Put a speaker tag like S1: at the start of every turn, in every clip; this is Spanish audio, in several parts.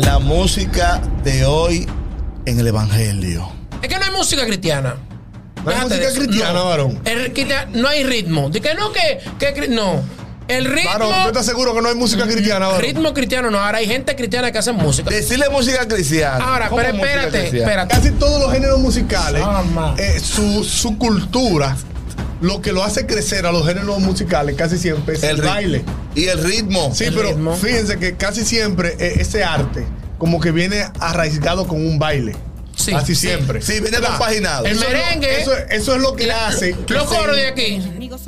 S1: la música de hoy en el Evangelio.
S2: Es que no hay música cristiana.
S1: No hay
S2: Déjate de
S1: música
S2: eso.
S1: cristiana,
S2: No.
S1: varón.
S2: El crita- no hay ritmo. De que no, que, que cri- no. El ritmo,
S3: Varón, ¿tú estás seguro que no hay música cristiana, varón?
S2: ritmo cristiano no. Ahora hay gente cristiana que hace música.
S1: Decirle música cristiana.
S2: Ahora,
S3: ¿Cómo
S2: pero
S3: música
S2: espérate,
S3: cristiana?
S2: espérate. Ah,
S3: Casi todos los géneros musicales,
S2: Sama.
S3: eh, su, su cultura, lo que lo hace crecer a los géneros musicales casi siempre es el,
S1: ri-
S3: baile.
S1: Y el ritmo.
S3: Sí,
S2: El
S3: pero
S2: ritmo.
S3: fíjense que casi siempre eh, ese arte como que viene arraigado con un baile.
S2: Sí,
S3: Casi
S2: sí.
S3: siempre.
S1: Sí, viene compaginado.
S2: El
S3: Eso es lo-
S2: merengue.
S3: Eso, eso es lo que hace. que
S2: Los
S3: se-
S2: coros de aquí.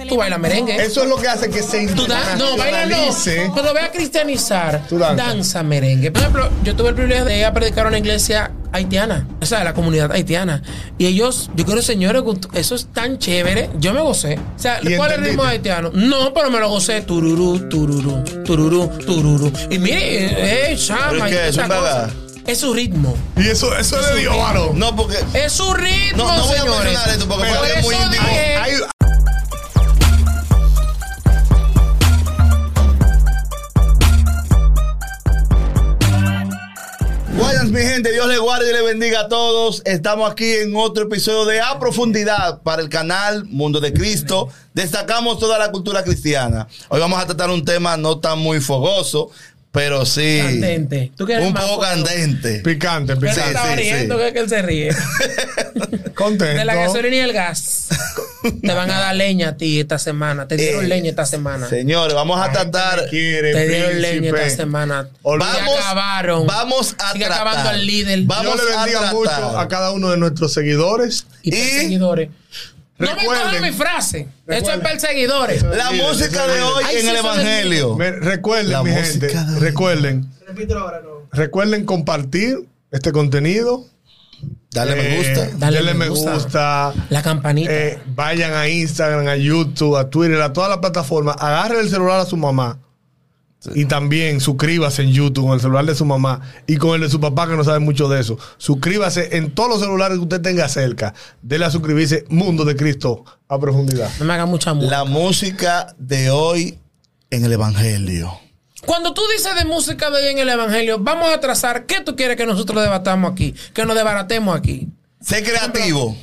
S2: Tú bailas merengue.
S3: Eso es lo que hace que se
S2: Tú dan- no, baila no.
S3: internacionalice.
S2: Cuando voy a cristianizar,
S3: Tú danza.
S2: danza merengue. Por ejemplo, yo tuve el privilegio de ir a predicar a una iglesia haitiana, o sea, de la comunidad haitiana. Y ellos, yo creo, señores, eso es tan chévere. Yo me gocé. O sea,
S3: ¿Y
S2: ¿cuál es el ritmo
S3: entendiste?
S2: haitiano? No, pero me lo gocé. Tururú, tururú, tururú, tururú. Y mire, eh,
S1: ¿Pero
S2: chama.
S1: qué
S2: y
S1: es?
S2: otra
S1: ¿Un
S2: cosa.
S1: gaga?
S2: Es su ritmo.
S3: Y eso, eso es de Dios, varón.
S1: No, porque.
S2: Es su ritmo,
S1: No, no voy a
S2: señores.
S1: mencionar esto porque
S2: Por
S1: fue muy
S2: eso
S1: íntimo.
S2: dije-
S3: Hay-
S1: Guayans, mi gente, Dios le guarde y le bendiga a todos. Estamos aquí en otro episodio de A Profundidad para el canal Mundo de Cristo. Destacamos toda la cultura cristiana. Hoy vamos a tratar un tema no tan muy fogoso, pero sí.
S2: Candente. ¿Tú quieres
S1: un
S2: más
S1: poco
S2: fogoso?
S1: candente.
S3: Picante,
S2: Él
S1: Sí,
S2: se
S3: picante.
S2: estaba
S1: sí,
S2: riendo,
S1: sí.
S2: que es que él se ríe.
S3: Contento.
S2: De la gasolina y el gas. Te van a dar leña a ti esta semana. Te dieron
S1: Eh,
S2: leña esta semana.
S1: Señores, vamos a tratar.
S3: Quiere,
S2: Te dieron
S3: príncipe.
S2: leña esta semana.
S3: Olvídate.
S2: Ya acabaron.
S1: Vamos a
S2: Sigue
S1: tratar.
S2: acabando el líder.
S1: Vamos
S3: Dios le
S1: a
S3: bendiga
S1: tratar.
S3: mucho a cada uno de nuestros seguidores.
S2: y perseguidores. No me
S3: recuerden-
S2: cojan mi frase. Esto es
S3: recuerden-
S2: perseguidores.
S3: Eso-
S1: La
S3: Líder,
S1: música de
S3: líder.
S1: hoy
S2: Ay,
S1: en
S2: sí,
S1: el
S2: son
S1: Evangelio.
S3: Me- recuerden,
S1: La
S3: mi
S1: música
S3: gente,
S1: de hoy.
S3: recuerden,
S4: Repítelo ahora, no.
S3: recuerden compartir este contenido.
S1: Dale me
S3: Eh,
S1: gusta.
S2: Dale
S3: denle
S2: me
S3: me
S2: gusta.
S3: gusta.
S2: La campanita.
S3: Eh, vayan a Instagram, a YouTube, a Twitter, a todas las plataformas. Agarre el celular a su mamá. Y también suscríbase en YouTube con el celular de su mamá y con el de su papá que no sabe mucho de eso. Suscríbase en todos los celulares que usted tenga cerca. Dele a suscribirse Mundo de Cristo a profundidad.
S2: No me hagan mucha música.
S1: La música de hoy en el Evangelio.
S2: Cuando tú dices de música de hoy en el Evangelio, vamos a trazar qué tú quieres que nosotros debatamos aquí, que nos debaratemos aquí.
S1: Sé creativo.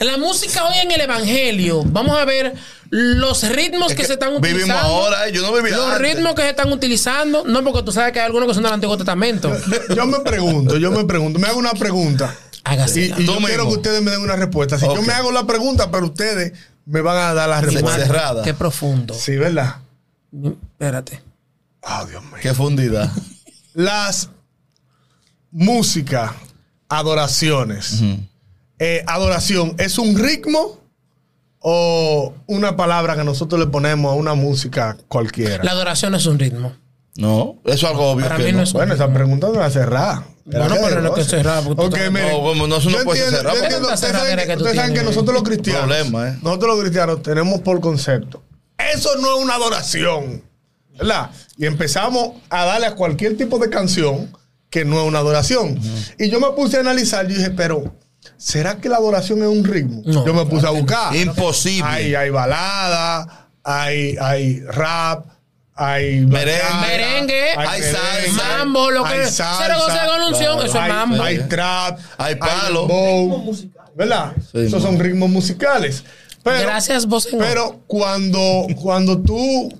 S2: La música hoy en el Evangelio, vamos a ver los ritmos
S1: Es
S2: que,
S1: que
S2: se están utilizando.
S1: vivimos ahora, eh, yo no vivía
S2: Los
S1: antes.
S2: ritmos que se están utilizando, no porque tú sabes que hay algunos que son del Antiguo Testamento.
S3: Yo me pregunto, yo me pregunto, me hago una pregunta. Y,
S2: Hágase.
S3: y yo
S1: Tú
S3: quiero
S1: mismo.
S3: que ustedes me den una respuesta. Si
S1: Ok.
S3: yo me hago la pregunta, pero ustedes me van a dar la
S2: Mi
S1: Igual.
S3: respuesta.
S2: madre,
S1: cerrada.
S2: Qué profundo.
S3: Sí, ¿verdad?
S2: Espérate.
S3: Ah, Dios mío.
S1: Qué fundida.
S3: Las música, adoraciones. Eh, adoración, ¿es un ritmo o una palabra que nosotros le ponemos a una música cualquiera?
S2: La adoración es un ritmo.
S1: No, eso es algo obvio.
S2: Para
S1: que
S2: mí
S1: no.
S2: no es-
S3: Bueno, esa pregunta no la cerrada.
S2: Bueno, pero no que cerrada, porque tú
S3: Ok,
S2: estás-
S3: miren,
S1: No, como no, eso no
S3: yo
S1: puede ser
S3: entiendo-
S1: cerrada,
S3: yo
S1: porque-
S3: entiendo,
S2: Tanta
S3: Ustedes saben
S2: cerradera
S3: que,
S2: que tú
S3: ustedes saben que
S2: tienes.
S3: nosotros los cristianos.
S1: Problema, eh.
S3: Nosotros los cristianos tenemos por concepto. Eso no es una adoración. ¿Verdad? Y empezamos a darle a cualquier tipo de canción que no es una adoración. Y yo me puse a analizar, yo dije, pero. ¿Será que la adoración es un ritmo?
S2: No,
S3: yo me puse a buscar.
S1: Imposible.
S3: Hay, hay balada, hay, hay rap, hay
S1: Merengue.
S3: bachata,
S2: Merengue.
S1: Hay
S3: merengue,
S1: salsa.
S2: Mambo, lo que
S3: hay
S2: es. Cero goce con unción,
S1: Claro.
S2: eso es
S3: hay,
S2: mambo.
S3: hay trap,
S1: Hay palo.
S3: dembow, ¿Verdad?
S1: Sí,
S3: Esos son ritmos musicales. Pero,
S2: Gracias, vos
S3: Pero cuando, cuando tú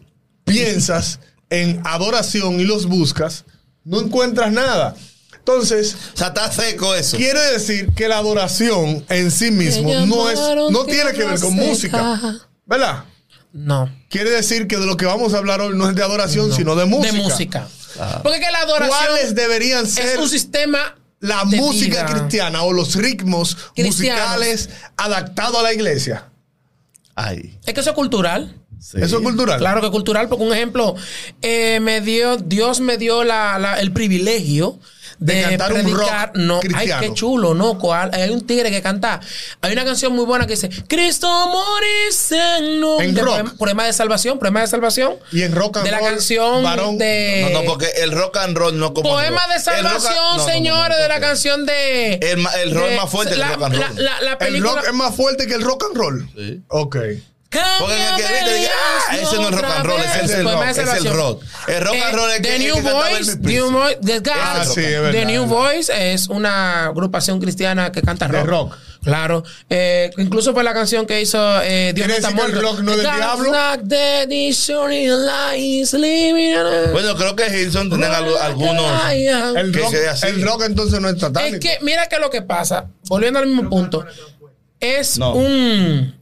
S3: piensas en adoración y los buscas, no encuentras nada. Entonces,
S1: O sea, está seco eso.
S3: quiere decir que la adoración en sí mismo
S2: Me
S3: no es
S2: llamaron
S3: no tiene que
S2: tierra
S3: ver con
S2: seca.
S3: música. ¿Verdad?
S2: No.
S3: Quiere decir que de lo que vamos a hablar hoy no es de adoración, sino de música. Ah.
S2: De música. Porque que la adoración
S3: ¿Cuáles deberían
S2: es
S3: ser
S2: un sistema
S3: la
S2: de
S3: música
S2: vida.
S3: cristiana o los ritmos
S2: Cristianos.
S3: musicales adaptados a la iglesia?
S1: Ay.
S2: Es que eso es cultural.
S1: sí.
S3: Eso es cultural.
S2: Claro que cultural, porque un ejemplo, eh, me dio, Dios me dio la- la- el privilegio de,
S3: De cantar un
S2: predicar.
S3: rock
S2: no,
S3: cristiano.
S2: ay, qué chulo, no. Cual, hay un tigre que canta. Hay una canción muy buena que dice: Cristo morís en nombre.
S3: En rock.
S2: Problema, problema de salvación, problema de salvación.
S3: Y en rock and
S2: de la
S3: roll,
S2: canción
S3: varón,
S2: de.
S1: No, no, porque el rock and roll no como.
S2: Eh, Poema
S1: el
S2: de
S1: rock. El rock and-
S2: salvación,
S1: no, no, no,
S2: señores,
S1: no,
S2: de la
S1: no.
S2: canción de.
S1: El ma- el rock
S2: de-
S1: más fuerte que el
S2: la-
S1: rock and roll.
S2: La, la- la
S3: El
S2: película.
S3: rock es más fuerte que el rock and roll.
S1: Sí.
S3: Ok.
S1: Porque en el que grita, diga, ah, ese no es rock and roll, ese es el rock, ese es el rock. El rock and roll es que-
S2: Eh, The
S1: que
S2: New
S1: cantaba
S2: Boys,
S1: Elvis
S2: New Boys, the guys.
S1: Ah, sí, es
S3: verdad,
S2: The New
S3: es verdad.
S2: Boys es una agrupación cristiana que canta
S3: De
S2: rock.
S3: rock.
S2: Claro. Eh, incluso fue la canción que hizo eh, Dios
S3: ¿Quiere
S2: no está
S3: decir que el
S2: muerto.
S3: rock no es del
S2: God's
S3: diablo?
S2: like the dictionary lies living in a-
S1: Bueno, creo que Hilson tienen algo- algunos.
S2: Ay, ay.
S3: El
S1: Que
S3: rock,
S1: sea así.
S3: el rock entonces no es satánico.
S2: Es que, mira que lo que pasa, volviendo al mismo punto, es
S1: No.
S2: un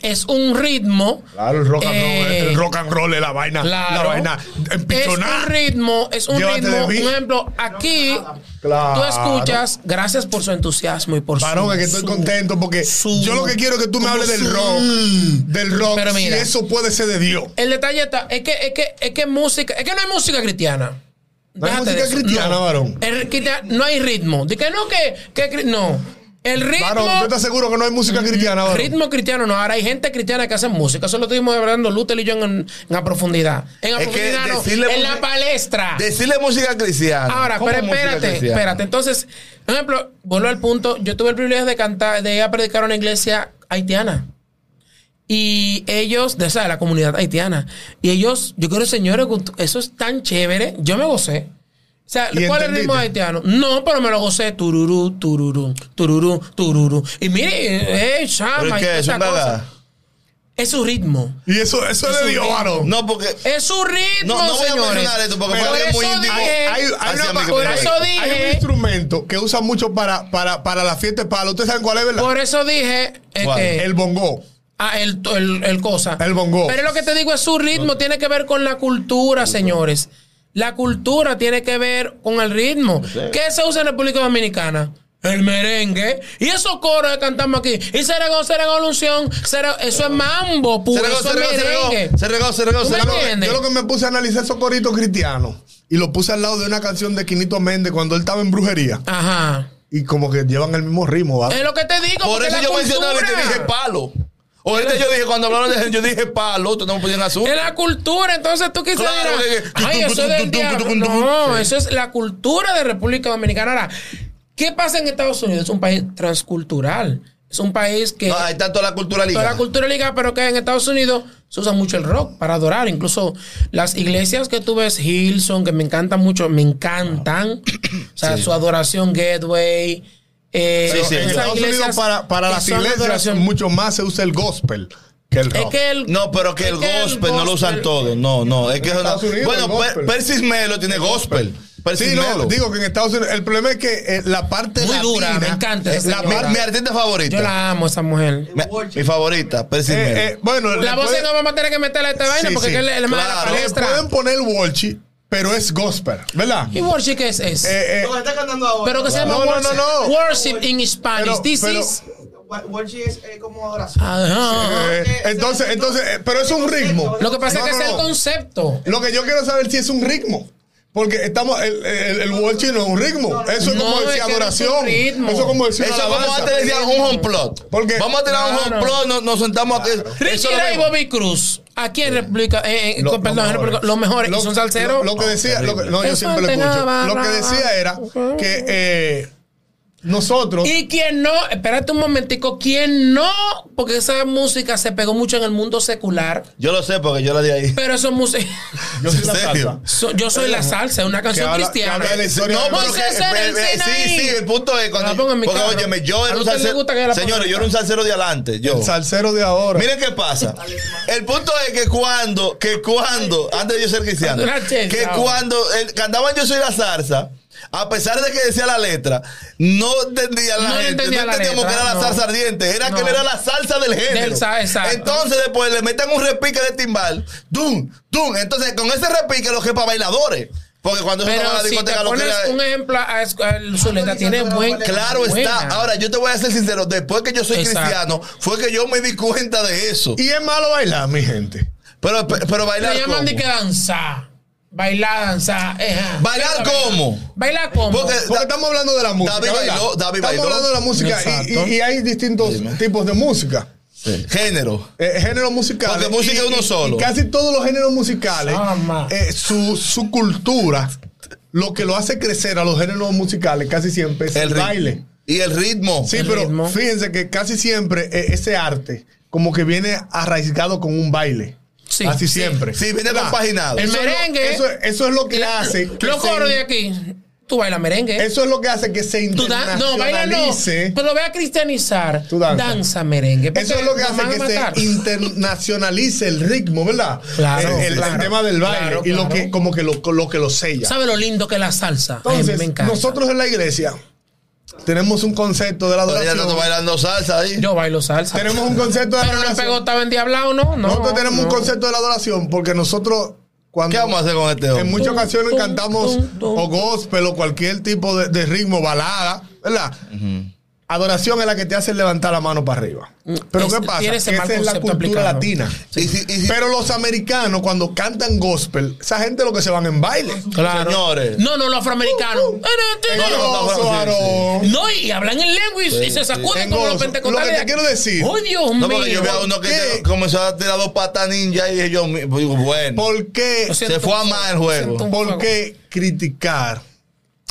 S2: es un ritmo.
S3: Claro, el rock and roll,
S2: eh,
S3: el rock and roll es la vaina,
S2: Claro.
S3: la vaina
S2: es un
S3: empichonada.
S2: ritmo, es un
S3: Llévate de
S2: ritmo.
S3: mí.
S2: Un ejemplo, aquí
S3: Claro.
S2: tú escuchas, gracias por su entusiasmo y por su.
S3: Varón, es que estoy
S2: su-
S3: contento porque
S2: su-
S3: yo lo que quiero es que tú me
S2: como
S3: hables del
S2: su-
S3: rock, del rock,
S2: Pero
S3: si
S2: mira.
S3: eso puede ser de Dios.
S2: El detalle está, es que, es que, es que música, es que no hay música cristiana.
S3: No hay
S2: Déjate
S3: música
S2: de eso.
S3: cristiana,
S2: No.
S3: varón.
S2: El crita- no hay ritmo. De que no, que, que cri- no. El ritmo. Mm,
S3: Varón, ¿tú estás seguro que no hay música cristiana, varón?
S2: Ritmo cristiano, no. Ahora hay gente cristiana que hace música. Eso lo estuvimos hablando Luther y yo en, en la profundidad. En la
S1: Es que
S2: profundidad, no.
S1: decirle
S2: En
S1: música-
S2: la palestra.
S1: Decirle música cristiana.
S2: Ahora,
S1: ¿Cómo
S2: pero
S1: música
S2: espérate,
S1: cristiana?
S2: espérate. Entonces, por ejemplo, vuelvo al punto. Yo tuve el privilegio de cantar, de ir a predicar a una iglesia haitiana. Y ellos, de esa, de la comunidad haitiana. Y ellos, yo creo, señores, eso es tan chévere. Yo me gocé. O sea, ¿cuál
S3: ¿Y
S2: es el ritmo
S3: entendiste?
S2: haitiano? No, pero me lo gocé. Tururú, tururú, tururú, tururú. Y mire, eh,
S1: ¿Pero
S2: chama. y
S1: qué?
S2: toda
S1: ¿Es
S2: esa
S1: un
S2: cosa.
S1: gaga?
S2: Es su ritmo.
S3: Y eso, eso es
S2: Es
S3: de
S2: un
S3: Dios,
S2: ritmo.
S3: varón.
S1: No, porque.
S2: Es su ritmo,
S1: No, no voy a
S2: señores.
S1: mencionar esto porque fue
S2: Por
S1: algo muy
S2: eso
S1: íntimo.
S2: dije- ah,
S3: Hay, hay
S1: Hacia
S3: una-
S1: mí que
S2: por
S1: me
S2: eso
S1: parece.
S2: dije-
S3: hay un instrumento que usan mucho para, para, para la fiesta de palo. ¿Ustedes saben cuál es, verdad?
S2: Por eso dije eh,
S1: ¿Cuál?
S2: que-
S3: el bongo.
S2: Ah, el, el, el cosa.
S3: El bongo.
S2: Pero lo que te digo es su ritmo, tiene que ver con la cultura, señores. La cultura tiene que ver con el ritmo. ¿Qué se usa en República Dominicana? El merengue. Y esos coros que cantamos aquí. Y Ceregón, Ceregón, Unción. Cere- Eso es mambo,
S1: Se
S2: puro.
S1: regó,
S2: Eso
S1: se
S2: es
S1: regó, se
S2: merengue.
S1: regó. Se regó, se regó,
S2: ¿Tú
S1: se
S2: me
S1: regó.
S2: entiendes?
S3: Yo lo que me puse a analizar esos coritos cristianos y lo puse al lado de una canción de Quinito Méndez cuando él estaba en brujería.
S2: Ajá.
S3: Y como que llevan el mismo ritmo, ¿va?
S2: Es lo que te digo.
S1: Por
S2: porque
S1: eso
S2: la
S1: yo mencioné ahorita y
S2: cultura.
S1: dije palo. Ahorita yo dije, cuando hablaron de gente, yo dije palo, ustedes no me ponían azul.
S2: Es la cultura, entonces tú quisieras.
S1: Claro, que-
S2: Ay, eso es del diablo. No,
S1: Sí.
S2: eso es la cultura de República Dominicana. Ahora, ¿qué pasa en Estados Unidos? Es un país transcultural. Es un país que.
S1: No, Ah, ahí está toda la cultura
S2: Toda la
S1: ligada.
S2: cultura liga, pero que en Estados Unidos se usa mucho el rock para adorar. Incluso las iglesias que tú ves, Hilson, que me encantan mucho, me encantan. O sea, su adoración, Gateway. eh,
S1: Sí, sí.
S2: esas
S3: en Estados Unidos
S2: iglesias
S3: para, para
S2: que
S3: las
S2: son
S3: iglesias
S2: adoración.
S3: mucho más se usa el gospel que el
S2: Es
S3: rock.
S2: que el-
S1: No, pero que
S2: es
S1: el gospel no lo usan
S2: gospel-
S1: todos. No, no. Es que eso no.
S3: Estados Unidos, el
S1: Bueno,
S3: gospel.
S1: Per- Persis Melo tiene gospel. Persis
S3: Sí, no,
S1: Melo.
S3: digo que en Estados Unidos el problema es que eh, la parte
S2: Muy
S3: latina,
S2: dura, me encanta esa
S3: la
S2: señora.
S1: Mi-
S3: parte-
S1: Mi artista favorita.
S2: Yo la amo, esa mujer.
S1: Mi, mi favorita, Persis Melo.
S3: eh, eh, bueno, le
S2: La voz
S3: pueden-
S2: no vamos a tener que meterle a esta vaina
S3: Sí,
S2: porque
S3: sí.
S2: es el hermano de
S1: Claro.
S2: la
S3: le
S2: palestra.
S3: pueden poner Walchi, pero es gospel, ¿verdad?
S2: ¿Y worship qué es? es?
S3: Eh, eh,
S4: Lo que está cantando ahora.
S2: pero que se
S4: Wa-
S2: llama
S3: no, no,
S2: worship.
S3: no, no.
S2: Worship in Spanish.
S3: Pero-
S2: This
S3: pero-
S2: is.
S4: Wa- Warchi es eh, como adoración.
S2: Ah. Ajá.
S3: eh, entonces, entonces, eh, pero es un ritmo.
S2: Lo que pasa
S3: No,
S2: es que
S3: no,
S2: es el
S3: no.
S2: concepto.
S3: Lo que yo quiero saber si es un ritmo. Porque estamos, el, el, el walchi no es un ritmo. Eso es
S2: No,
S3: como
S2: es que
S3: decir
S2: no es un
S3: adoración.
S2: ritmo.
S3: Eso es como decir
S1: Eso
S3: alabanza.
S1: como antes decían un home plot.
S3: Porque-
S1: Vamos a tirar un home
S2: Claro.
S1: plot, nos, nos sentamos aquí. Eso
S2: Richie
S1: es lo
S2: Ray y
S1: mismo.
S2: Bobby Cruz. Aquí en República. eh, eh,
S3: Lo-
S2: con- perdón, en República- los mejores.
S3: Lo-
S2: y son salseros.
S3: Lo, lo que decía, lo que- no, yo
S2: Eso
S3: siempre lo
S2: antes
S3: escucho.
S2: nada,
S3: Lo que
S2: nada,
S3: decía
S2: nada.
S3: era que eh, nosotros.
S2: y quien no, espérate un momentico, quien no, porque esa música se pegó mucho en el mundo secular,
S1: Yo lo sé porque yo la di ahí.
S2: pero eso es música.
S3: Yo soy la
S1: ¿En serio?
S3: salsa.
S2: So- yo soy la salsa, es una canción
S3: habla- Eh, que
S2: cristiana.
S3: habla de la historia
S1: No,
S3: de-
S1: pero
S2: Ponce
S1: que-
S2: Cera
S1: eh,
S2: en
S1: eh,
S2: Sinaí.
S1: sí, sí, el punto es
S2: La
S1: cuando.
S2: pongo en mi
S1: Porque,
S2: carro.
S1: óyeme, yo
S2: ¿A
S1: era un
S2: usted le
S1: salsero.
S2: gusta que la ponga
S1: Señores,
S2: en
S1: yo era un salsero de adelante. Yo.
S3: El salsero de ahora.
S1: Mira qué pasa. El punto es que cuando, que cuando, antes de yo ser cristiano,
S2: Una chelcha,
S1: que
S2: ahora.
S1: cuando eh, cantaban Yo soy la zarza, a pesar de que decía la letra, no entendía la
S2: No
S1: gente,
S2: entendía
S1: no
S2: la
S1: entendíamos
S2: letra,
S1: que era la
S2: no.
S1: zarza ardiente, era que
S2: No.
S1: él era la salsa del género.
S2: Del sa- exacto.
S1: Entonces después le meten un repique de timbal, dum, dum, entonces con ese repique lo que para bailadores, porque cuando eso
S2: Pero
S1: estaba en la
S2: si te
S1: discoteca lo que
S2: pones
S1: era-
S2: un e- ejemplo a, es- a Zuleta, tiene
S4: Antonio
S2: buen.
S4: Santana,
S1: Claro
S2: buena.
S1: está. Ahora, yo te voy a ser sincero. Después que yo soy
S2: Exacto.
S1: cristiano, fue que yo me di cuenta de eso.
S3: Y es malo bailar, mi gente.
S1: Pero, pero bailar.
S2: le llaman
S1: ¿cómo?
S2: de que danzar. Bailar, danzar. ejá.
S1: ¿Bailar
S2: Pero
S1: cómo?
S2: Bailar cómo.
S1: Porque-
S3: Porque
S1: Da-
S3: estamos hablando de la música.
S1: David
S3: ¿verdad?
S1: bailó, David
S3: estamos
S1: bailó.
S3: hablando de la música y-
S2: Exacto.
S3: y, y hay distintos
S1: Dime.
S3: tipos de música.
S1: Género.
S3: Eh, géneros musicales.
S1: Porque música
S3: Y-
S1: es uno
S3: y-
S1: solo.
S3: y casi todos los géneros musicales,
S2: Sama.
S3: eh, su, su cultura, lo que lo hace crecer a los géneros musicales casi siempre es el,
S1: ri-
S3: baile.
S1: Y el ritmo.
S3: Sí,
S2: El
S3: pero
S2: ritmo.
S3: fíjense que casi siempre eh, ese arte como que viene arraigado con un baile.
S2: Sí,
S3: Así
S2: sí.
S3: siempre.
S1: Sí, viene
S3: ¿Verdad?
S1: compaginado.
S2: El
S3: Eso es lo-
S2: merengue.
S3: eso, es- eso es lo que hace. que
S2: Los
S3: se-
S2: coros de aquí. Tú bailas merengue.
S3: Eso es lo que hace que se
S2: Tú dan- no, baila no.
S3: internacionalice.
S2: Pero ve a cristianizar.
S3: Tú danza.
S2: Danza merengue. porque
S3: Eso es lo que
S2: nos
S3: hace
S2: van a
S3: que
S2: matar.
S3: se internacionalice el ritmo, ¿verdad?
S2: Claro,
S3: el, el- el
S2: claro,
S3: tema del baile
S2: claro,
S3: y lo
S2: claro.
S3: que como que lo, lo que lo sella.
S2: ¿Sabe lo lindo que es la salsa? Ay, a mí
S3: Entonces,
S2: me encanta.
S3: nosotros en la iglesia tenemos un concepto de la
S1: Pero ya
S3: adoración.
S1: no está bailando salsa ahí.
S2: Yo bailo salsa.
S3: Tenemos un concepto de la
S2: Pero la
S3: adoración.
S2: pegota en diablado, ¿no? no
S3: nosotros tenemos un
S2: no.
S3: concepto de la adoración porque nosotros cuando
S1: ¿Qué vamos a hacer con este
S3: en
S1: hombre?
S3: muchas
S2: Tum,
S3: ocasiones
S2: tum,
S3: cantamos
S2: tum, tum.
S3: o gospel o cualquier tipo de, de ritmo, balada, ¿verdad? Adoración es la que te hace levantar la mano para arriba. Pero
S2: Es-
S3: ¿qué pasa? Que
S2: tiene ese mal
S3: esa es la
S2: concepto
S3: cultura
S2: aplicado.
S3: latina.
S1: Y si- y si-
S3: Pero los americanos cuando cantan gospel, esa gente lo que se van en baile.
S2: Claro.
S1: Señores.
S2: No, no, los afroamericanos.
S3: Uh,
S1: No, no, no,
S3: Gozo,
S1: sí, sí.
S3: varón.
S2: No, y hablan en lengua y, y se sacuden
S3: En
S2: como los
S3: gozo.
S2: pentecostales.
S3: Lo que te quiero decir-
S2: Oh, Dios mío.
S1: no, porque yo vi a uno que
S3: ¿Qué?
S1: se- comenzó a tirar dos patas ninja y yo mi- pues digo, bueno,
S3: ¿Por qué?
S2: O sea,
S1: se fue a más el juego.
S2: siento-
S3: ¿Por qué criticar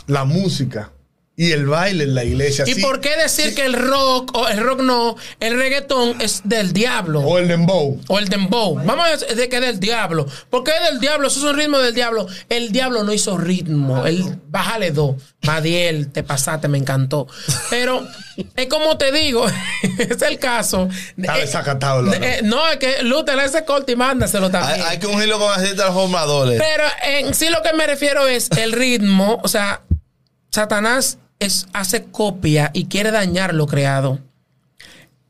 S3: la música y el baile en la iglesia?
S2: ¿Y
S3: Sí.
S2: por qué decir que el rock o el rock no, el reggaetón es del diablo?
S3: O el dembow.
S2: O el dembow. Vamos a decir de que es del diablo. ¿Por qué es del diablo? Eso es un ritmo del diablo. El diablo no hizo ritmo. El, bájale dos. Madiel, te pasaste, me encantó. Pero es como te digo, es el caso.
S3: Está desacatado,
S2: Eh,
S3: Lolo.
S2: eh, no, es que Luther ese corte y mándaselo
S1: Hay,
S2: también.
S1: hay que ungirlo con aceite de formadores.
S2: Pero en sí lo que me refiero es el ritmo. O sea, Satanás es, hace copia y quiere dañar lo creado.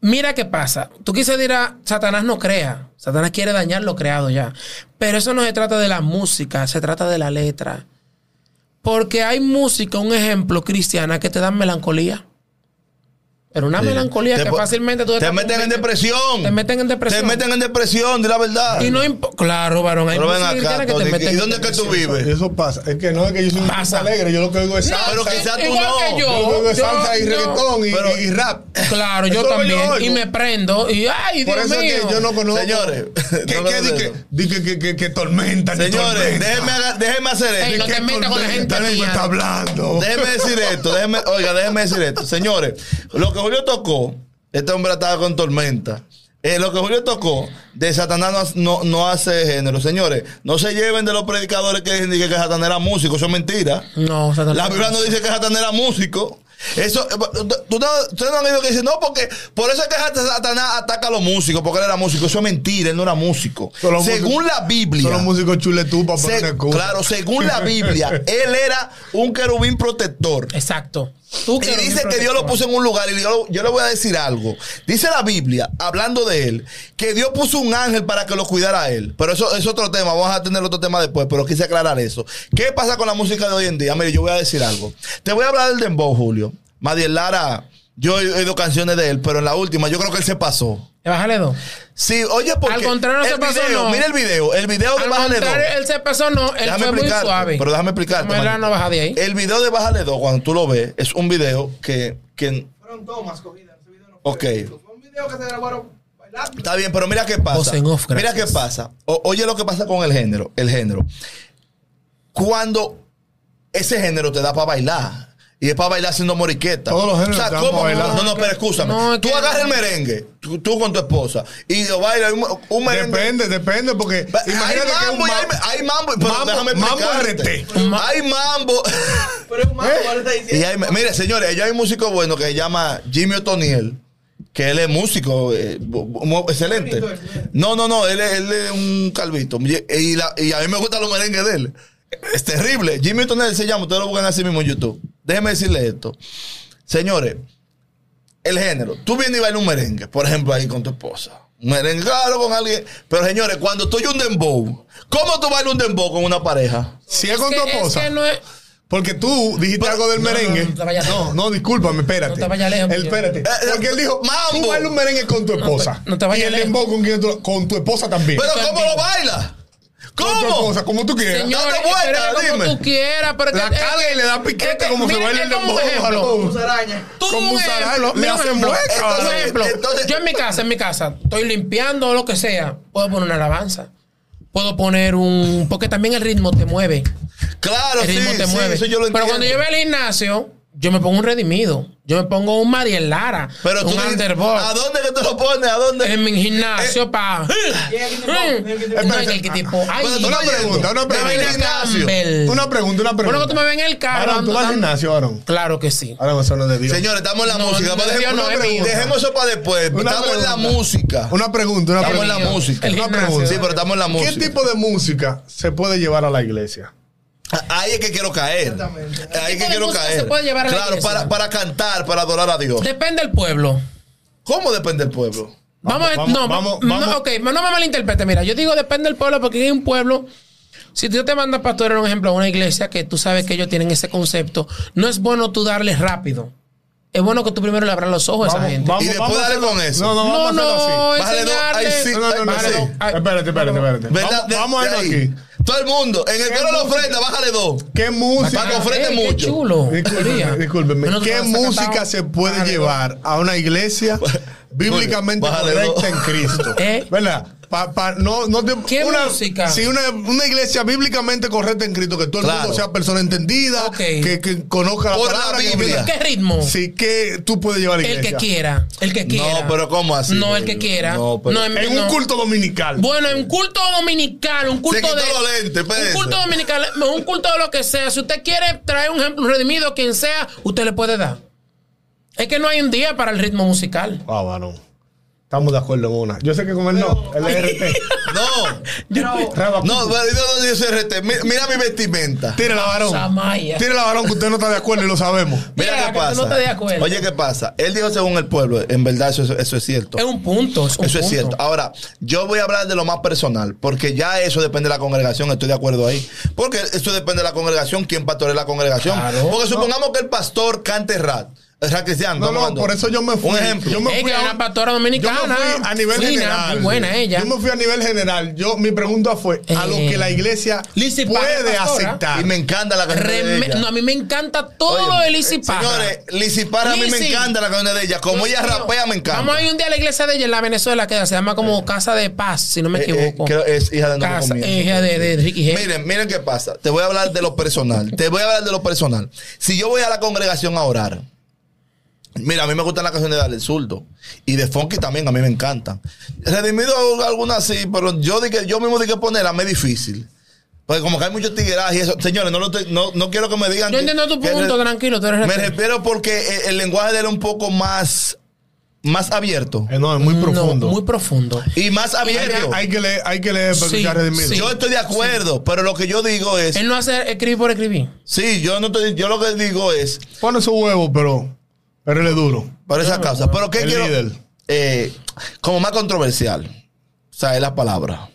S2: Mira qué pasa. Tú quise decir a Satanás no crea. Satanás quiere dañar lo creado ya. Pero eso no se trata de la música, se trata de la letra. Porque hay música, un ejemplo, cristiana, que te dan melancolía. Pero una
S1: Sí.
S2: melancolía
S1: Te
S2: que
S1: po-
S2: fácilmente tú
S1: te
S2: estás
S1: meten en
S2: cumpliendo.
S1: depresión.
S2: Te meten en depresión.
S1: Te meten en depresión, di la verdad.
S2: Y no impo- Claro, varón. Hay
S1: Pero ven
S2: música cristiana
S1: acá,
S2: que te
S1: Tony,
S2: meten
S1: ¿y
S2: en
S1: dónde es que tú
S2: depresión.
S1: vives?
S3: Eso pasa. Es que no es que yo soy un tipo
S2: Pasa.
S3: alegre. Yo lo que oigo es
S2: No,
S3: salsa.
S1: Pero
S2: sí,
S1: quizá tú
S2: igual
S1: no.
S2: que
S3: yo lo que oigo es
S2: yo,
S3: salsa y
S2: yo-
S3: reggaetón y,
S1: Pero-
S3: y rap.
S2: Claro,
S3: Eso
S2: yo
S3: es lo que
S2: también.
S3: oigo.
S2: y me prendo. Y ay, Dios
S3: Por eso
S2: mío.
S3: es que yo no conozco.
S1: Señores,
S3: ¿Qué-
S1: no
S3: qué- di
S1: conozco.
S3: que, di que, que, que, que tormenta. ni
S1: Señores,
S3: tormenta.
S1: déjenme, haga- déjenme hacer
S2: Ey,
S1: esto.
S2: no
S3: ¿Qué
S2: te metas con la gente
S3: tormenta? Nadie me
S2: mía.
S3: está hablando.
S1: Déjeme decir esto, déjeme, oiga, déjeme decir esto. Señores, lo que Julio tocó, este hombre estaba con tormenta. Eh, lo que Julio tocó de Satanás no, no- no hace género. Señores, no se lleven de los predicadores que dicen que, que Satanás era músico, eso es mentira.
S2: No, Satanás.
S1: La Biblia no dice que Satanás era músico. Eso, eh, tú no- ustedes no han oído que dicen, no, porque por eso es que Satanás ataca a los músicos, porque él era músico. Eso es mentira, él no era músico.
S3: Son los
S1: Según
S3: músicos-
S1: la Biblia.
S3: Son los músicos chuletú para
S1: Se-
S3: poner excusa.
S1: claro, según la Biblia, él era un querubín protector.
S2: Exacto. Tú
S1: Y
S2: eres mi
S1: dice que
S2: protector.
S1: Dios lo puso en un lugar. Y yo, yo le voy a decir algo. Dice la Biblia, hablando de él, que Dios puso un ángel para que lo cuidara a él. Pero eso es otro tema. Vamos a tener otro tema después. Pero quise aclarar eso. ¿Qué pasa con la música de hoy en día? Mire, yo voy a decir algo. Te voy a hablar del Dembow, Julio. Madiel Lara, yo he oído canciones de él, pero en la última, yo creo que él se pasó.
S2: Eh, Bájale dos.
S1: Sí, oye, porque.
S2: Al contrario, no
S1: el
S2: se pasó,
S1: video,
S2: no.
S1: Mira el video. El video de
S2: Al
S1: Bájale Dos.
S2: contrario, él se pasó, no. Él
S1: Déjame
S2: fue muy
S1: explicarte,
S2: suave.
S1: Pero déjame explicarte.
S2: Como él era
S1: manito.
S2: no baja de ahí.
S1: El video de Bájale 2, cuando tú lo ves, es un video que, que
S4: Fueron tomas cogidas. Ese video no
S1: Ok.
S4: Fue un video que se grabaron bailando.
S1: Está bien, pero mira qué pasa.
S2: Voz en off,
S1: mira
S2: gracias.
S1: qué pasa. O- oye lo que pasa con el género. El género. Cuando ese género te da para bailar. Y es para bailar haciendo moriqueta.
S3: Todos los géneros
S1: O sea,
S3: te dan
S1: ¿cómo?
S3: pa' bailar.
S1: No, no, pero escúchame.
S2: No, es
S1: tú
S2: que-
S1: agarras el merengue, tú, tú con tu esposa, y lo bailas un, un merengue.
S3: Depende, depende, porque
S1: Ba- Hay
S3: imagínate que un
S1: mambo, y hay,
S3: ma-
S1: hay mambo, pero
S3: Mambo-
S1: déjame
S3: mambo
S1: explicarte.
S3: RT.
S1: Hay mambo.
S4: Pero es un malo,
S3: Eh,
S4: ahora está
S1: Y
S4: diciendo.
S1: hay- mire, señores, allá hay un músico bueno que se llama Jimmy O'Toniel, que él es músico eh, bu- bu- excelente. No, no, no, él es, él es un calvito. Y, la- y a mí me gustan los merengues de él. Es terrible. Jimmy O'Toniel se llama, ustedes lo buscan así mismo en YouTube. Déjenme decirle esto. Señores, el género. Tú vienes y bailas un merengue, por ejemplo, ahí con tu esposa. Un merengue, claro, con alguien. Pero señores, cuando estoy un dembow, ¿cómo tú bailas un dembow con una pareja?
S3: Si es con tu esposa.
S2: Es que no es.
S3: Porque tú dijiste algo del
S2: no,
S3: merengue.
S2: no, no te vayas lejos.
S3: No, no, discúlpame, espérate.
S2: No te vayas lejos,
S3: El- Espérate.
S1: Eh, eh,
S3: Porque él dijo,
S1: mambo.
S3: tú bailas un merengue con tu esposa.
S2: no te vayas
S3: Y el
S2: lejos.
S3: dembow con, quien tú- con tu esposa también.
S1: Pero
S2: Yo
S1: ¿cómo
S2: digo.
S1: lo bailas?
S3: con tu
S1: ¿Cómo?
S3: esposa, como tú quieras.
S1: Señor.
S2: Señores,
S1: Date vuelta,
S2: pero es
S1: dime.
S2: como tú quieras. Pero
S3: La
S2: es que-
S3: carga y le da
S2: es
S3: piquete
S2: que,
S3: como se
S2: mira,
S3: baila
S2: es
S3: el
S2: como un
S3: dembow.
S2: ejemplo.
S3: varón.
S4: Musaraña.
S2: Tú
S3: Con
S2: un
S3: musaraña,
S2: ejemplo,
S3: le
S2: mira un
S3: hacen
S2: ejemplo.
S3: hueca.
S2: Por
S1: Entonces,
S2: ejemplo,
S1: entonces-
S2: yo en mi casa, en mi casa, estoy limpiando o lo que sea, puedo poner una alabanza. Puedo poner un. Porque también el ritmo te mueve.
S1: Claro,
S2: El
S1: sí,
S2: ritmo te
S1: sí,
S2: mueve.
S1: eso yo lo
S2: Pero cuando yo
S1: entiendo.
S2: voy al gimnasio, yo me pongo un redimido. Yo me pongo un Mariel Lara.
S1: Pero
S2: un
S1: tú dices,
S2: underboard.
S1: ¿A dónde que tú lo pones? ¿A dónde? Eh,
S2: En mi gimnasio, pa. Mm, No, en el que tipo. Ay,
S1: Bueno, tú
S3: Una
S1: Estoy
S3: pregunta, una
S1: yendo. Me
S3: pregunta.
S1: voy al gimnasio.
S2: Campbell.
S3: Una pregunta, una pregunta.
S2: Bueno, que tú me ven en el carro.
S3: Aaron, ¿tú
S2: ando
S3: vas al
S2: tan-
S3: gimnasio, Aaron?
S2: Claro que sí.
S3: Aaron, eso no es de Dios.
S1: Señores, estamos en la
S2: No,
S1: música.
S2: no,
S1: Pero dejemos,
S2: no,
S1: una
S2: es
S1: pregunta.
S2: mío.
S1: Dejemos eso para después.
S3: Una
S1: estamos en la
S3: pregunta.
S1: música.
S3: Una pregunta, una
S1: Estamos en la
S3: pregunta.
S1: música.
S2: El
S3: Una
S2: gimnasio.
S3: pregunta.
S1: Sí, pero estamos en la música.
S3: ¿Qué tipo de música se puede llevar a la iglesia?
S1: Ah, Ahí es que quiero caer.
S4: Exactamente.
S1: Ahí es
S2: tipo
S1: que
S2: de
S1: quiero
S2: música
S1: caer.
S2: se puede llevar a la
S1: claro,
S2: iglesia?
S1: para, para cantar, para adorar a Dios.
S2: Depende del pueblo.
S1: ¿Cómo depende el pueblo?
S2: Vamos, a ver,
S3: vamos,
S2: no,
S3: vamos,
S2: no,
S3: vamos.
S2: ok, no me malinterprete. Mira, yo digo depende del pueblo porque hay un pueblo. Si tú te mandas pastores, por ejemplo, a una iglesia que tú sabes que ellos tienen ese concepto, no es bueno tú darles rápido. Es bueno que tú primero le abras los ojos a Pues, esa gente.
S1: Y después dale
S3: hacerlo-
S1: con eso.
S3: No, no,
S2: no,
S3: vamos a hacerlo
S2: no,
S3: así.
S1: Bájale dos, ahí
S2: enseñarle.
S1: sí.
S3: No, no, no, no,
S1: Bájale
S3: sí.
S1: dos,
S2: ay.
S3: Espérate, espérate, espérate.
S1: ¿Verdad?
S3: Vamos,
S1: De-
S3: vamos a
S1: de
S3: irnos
S1: ahí.
S3: aquí.
S1: Todo el mundo. En el que no lo ofrenda, bájale dos.
S3: ¿Qué música?
S1: Paco Fre- ofrece
S2: Ey, qué
S1: mucho.
S2: chulo. María.
S3: Discúlpeme, discúlpeme.
S2: Menos
S3: ¿Qué
S2: mal se ha
S3: música
S2: cantado.
S3: se puede
S2: Bájale,
S3: llevar a una iglesia bíblicamente
S1: Bájale dos.
S3: correcta en Cristo?
S2: ¿Eh?
S3: ¿Verdad? Pa- pa- no, no te-
S2: ¿Qué
S3: una,
S2: música?
S3: Sí, una, una iglesia bíblicamente correcta en Cristo, que todo el
S1: Claro.
S3: mundo sea persona entendida,
S2: Ok.
S3: que, que conozca la
S1: Por la
S3: palabra. que-
S1: Biblia.
S2: ¿Qué ritmo?
S3: Sí, que tú puedes llevar a la
S2: El
S3: iglesia.
S2: que quiera. El que quiera.
S1: No, pero ¿cómo así?
S2: No, el que quiera.
S1: No, pero-
S2: No,
S3: En un
S2: no.
S3: culto dominical.
S2: Bueno, en culto dominical, un culto
S1: quitó
S2: de.
S1: los lentes, espérese.
S2: un culto dominical, un culto de lo que sea. Si usted quiere traer un ejemplo, un redimido, quien sea, usted le puede dar. Es que no hay un día para el ritmo musical.
S3: Ah, varón. Estamos de acuerdo en una. Yo sé que con él no. El RT.
S1: No.
S4: Pero,
S1: No, pero yo no dice RT. Mi- Mira mi vestimenta.
S3: Tírela, varón.
S2: Samaya.
S3: Tírela, varón, que usted no está de acuerdo y lo sabemos.
S1: Mira
S2: Mira,
S1: qué
S2: que tú
S1: pasa.
S2: no estás de acuerdo.
S1: Oye, ¿qué pasa? Él dijo según el pueblo. En verdad, eso, eso- eso es cierto.
S2: Es un punto. Es un
S1: Eso es
S2: punto.
S1: cierto. Ahora, yo voy a hablar de lo más personal, porque ya eso depende de la congregación, estoy de acuerdo ahí. Porque eso depende de la congregación, quién pastorea la congregación.
S2: Claro.
S1: porque supongamos que el pastor cante rat, rat cristiano.
S3: No,
S1: estamos
S3: no,
S1: hablando.
S3: por eso yo me fui.
S1: Un ejemplo.
S3: Yo me
S2: Es
S3: fui
S2: que
S3: a
S2: hay
S3: un-
S2: una pastora
S3: Yo me
S2: dominicana.
S3: fui a nivel
S2: fina,
S3: general.
S2: Muy buena ella.
S3: Yo me fui a nivel general. Yo, mi pregunta fue a lo
S2: Eh.
S3: que la iglesia
S2: Lizzie Paz,
S3: puede
S2: la pastora.
S3: aceptar.
S1: Y me encanta la canción de
S2: Reme-
S1: ella.
S2: no, a mí me encanta todo
S1: Oye,
S2: lo de Lizzy Parra.
S1: Señores, Lizzy Parra, a mí me
S2: Lizzy.
S1: encanta la canción de ella. Como ella
S2: Dios mío.
S1: rapea, me encanta.
S2: Vamos a ir un día a la iglesia de ella en la Venezuela, que se llama como Casa de Paz, si no me
S1: Eh, eh,
S2: equivoco.
S1: creo es hija de no
S2: Casa,
S1: recomiendo.
S2: eh, hija de, de Ricky G.
S1: Miren, miren qué pasa. Te voy a hablar de lo personal. Te voy a hablar de lo personal. Si yo voy a la congregación a orar, mira, a mí me gustan las canciones de Ale Zurdo y de Funky también, a mí me encantan. Redimido algunas sí, pero yo, dije, yo mismo dije ponerla, me es difícil. Porque como que hay muchos tiguerajes y eso. Señores, no, lo te- no, no quiero que me digan.
S2: Yo
S1: que-
S2: entiendo tu
S1: que-
S2: punto, tranquilo, tú eres
S1: Me
S2: responsable.
S1: refiero porque el, el lenguaje de él es un poco más, más abierto.
S3: Eh, no, es muy
S2: No,
S3: profundo.
S2: muy profundo.
S1: Y más abierto.
S3: hay que leer, hay que leer para
S2: Sí,
S3: escuchar Redimido.
S2: sí.
S1: Yo estoy de acuerdo, pero lo que yo digo es.
S2: Él no hace escribir por escribir.
S1: Sí, yo no te, yo lo que digo es,
S3: Pone su huevo, pero. Pero él es duro.
S1: por esa causa, pero ¿qué
S3: El
S1: quiero?
S3: líder.
S1: Eh, como más controversial. O sea, es la palabra.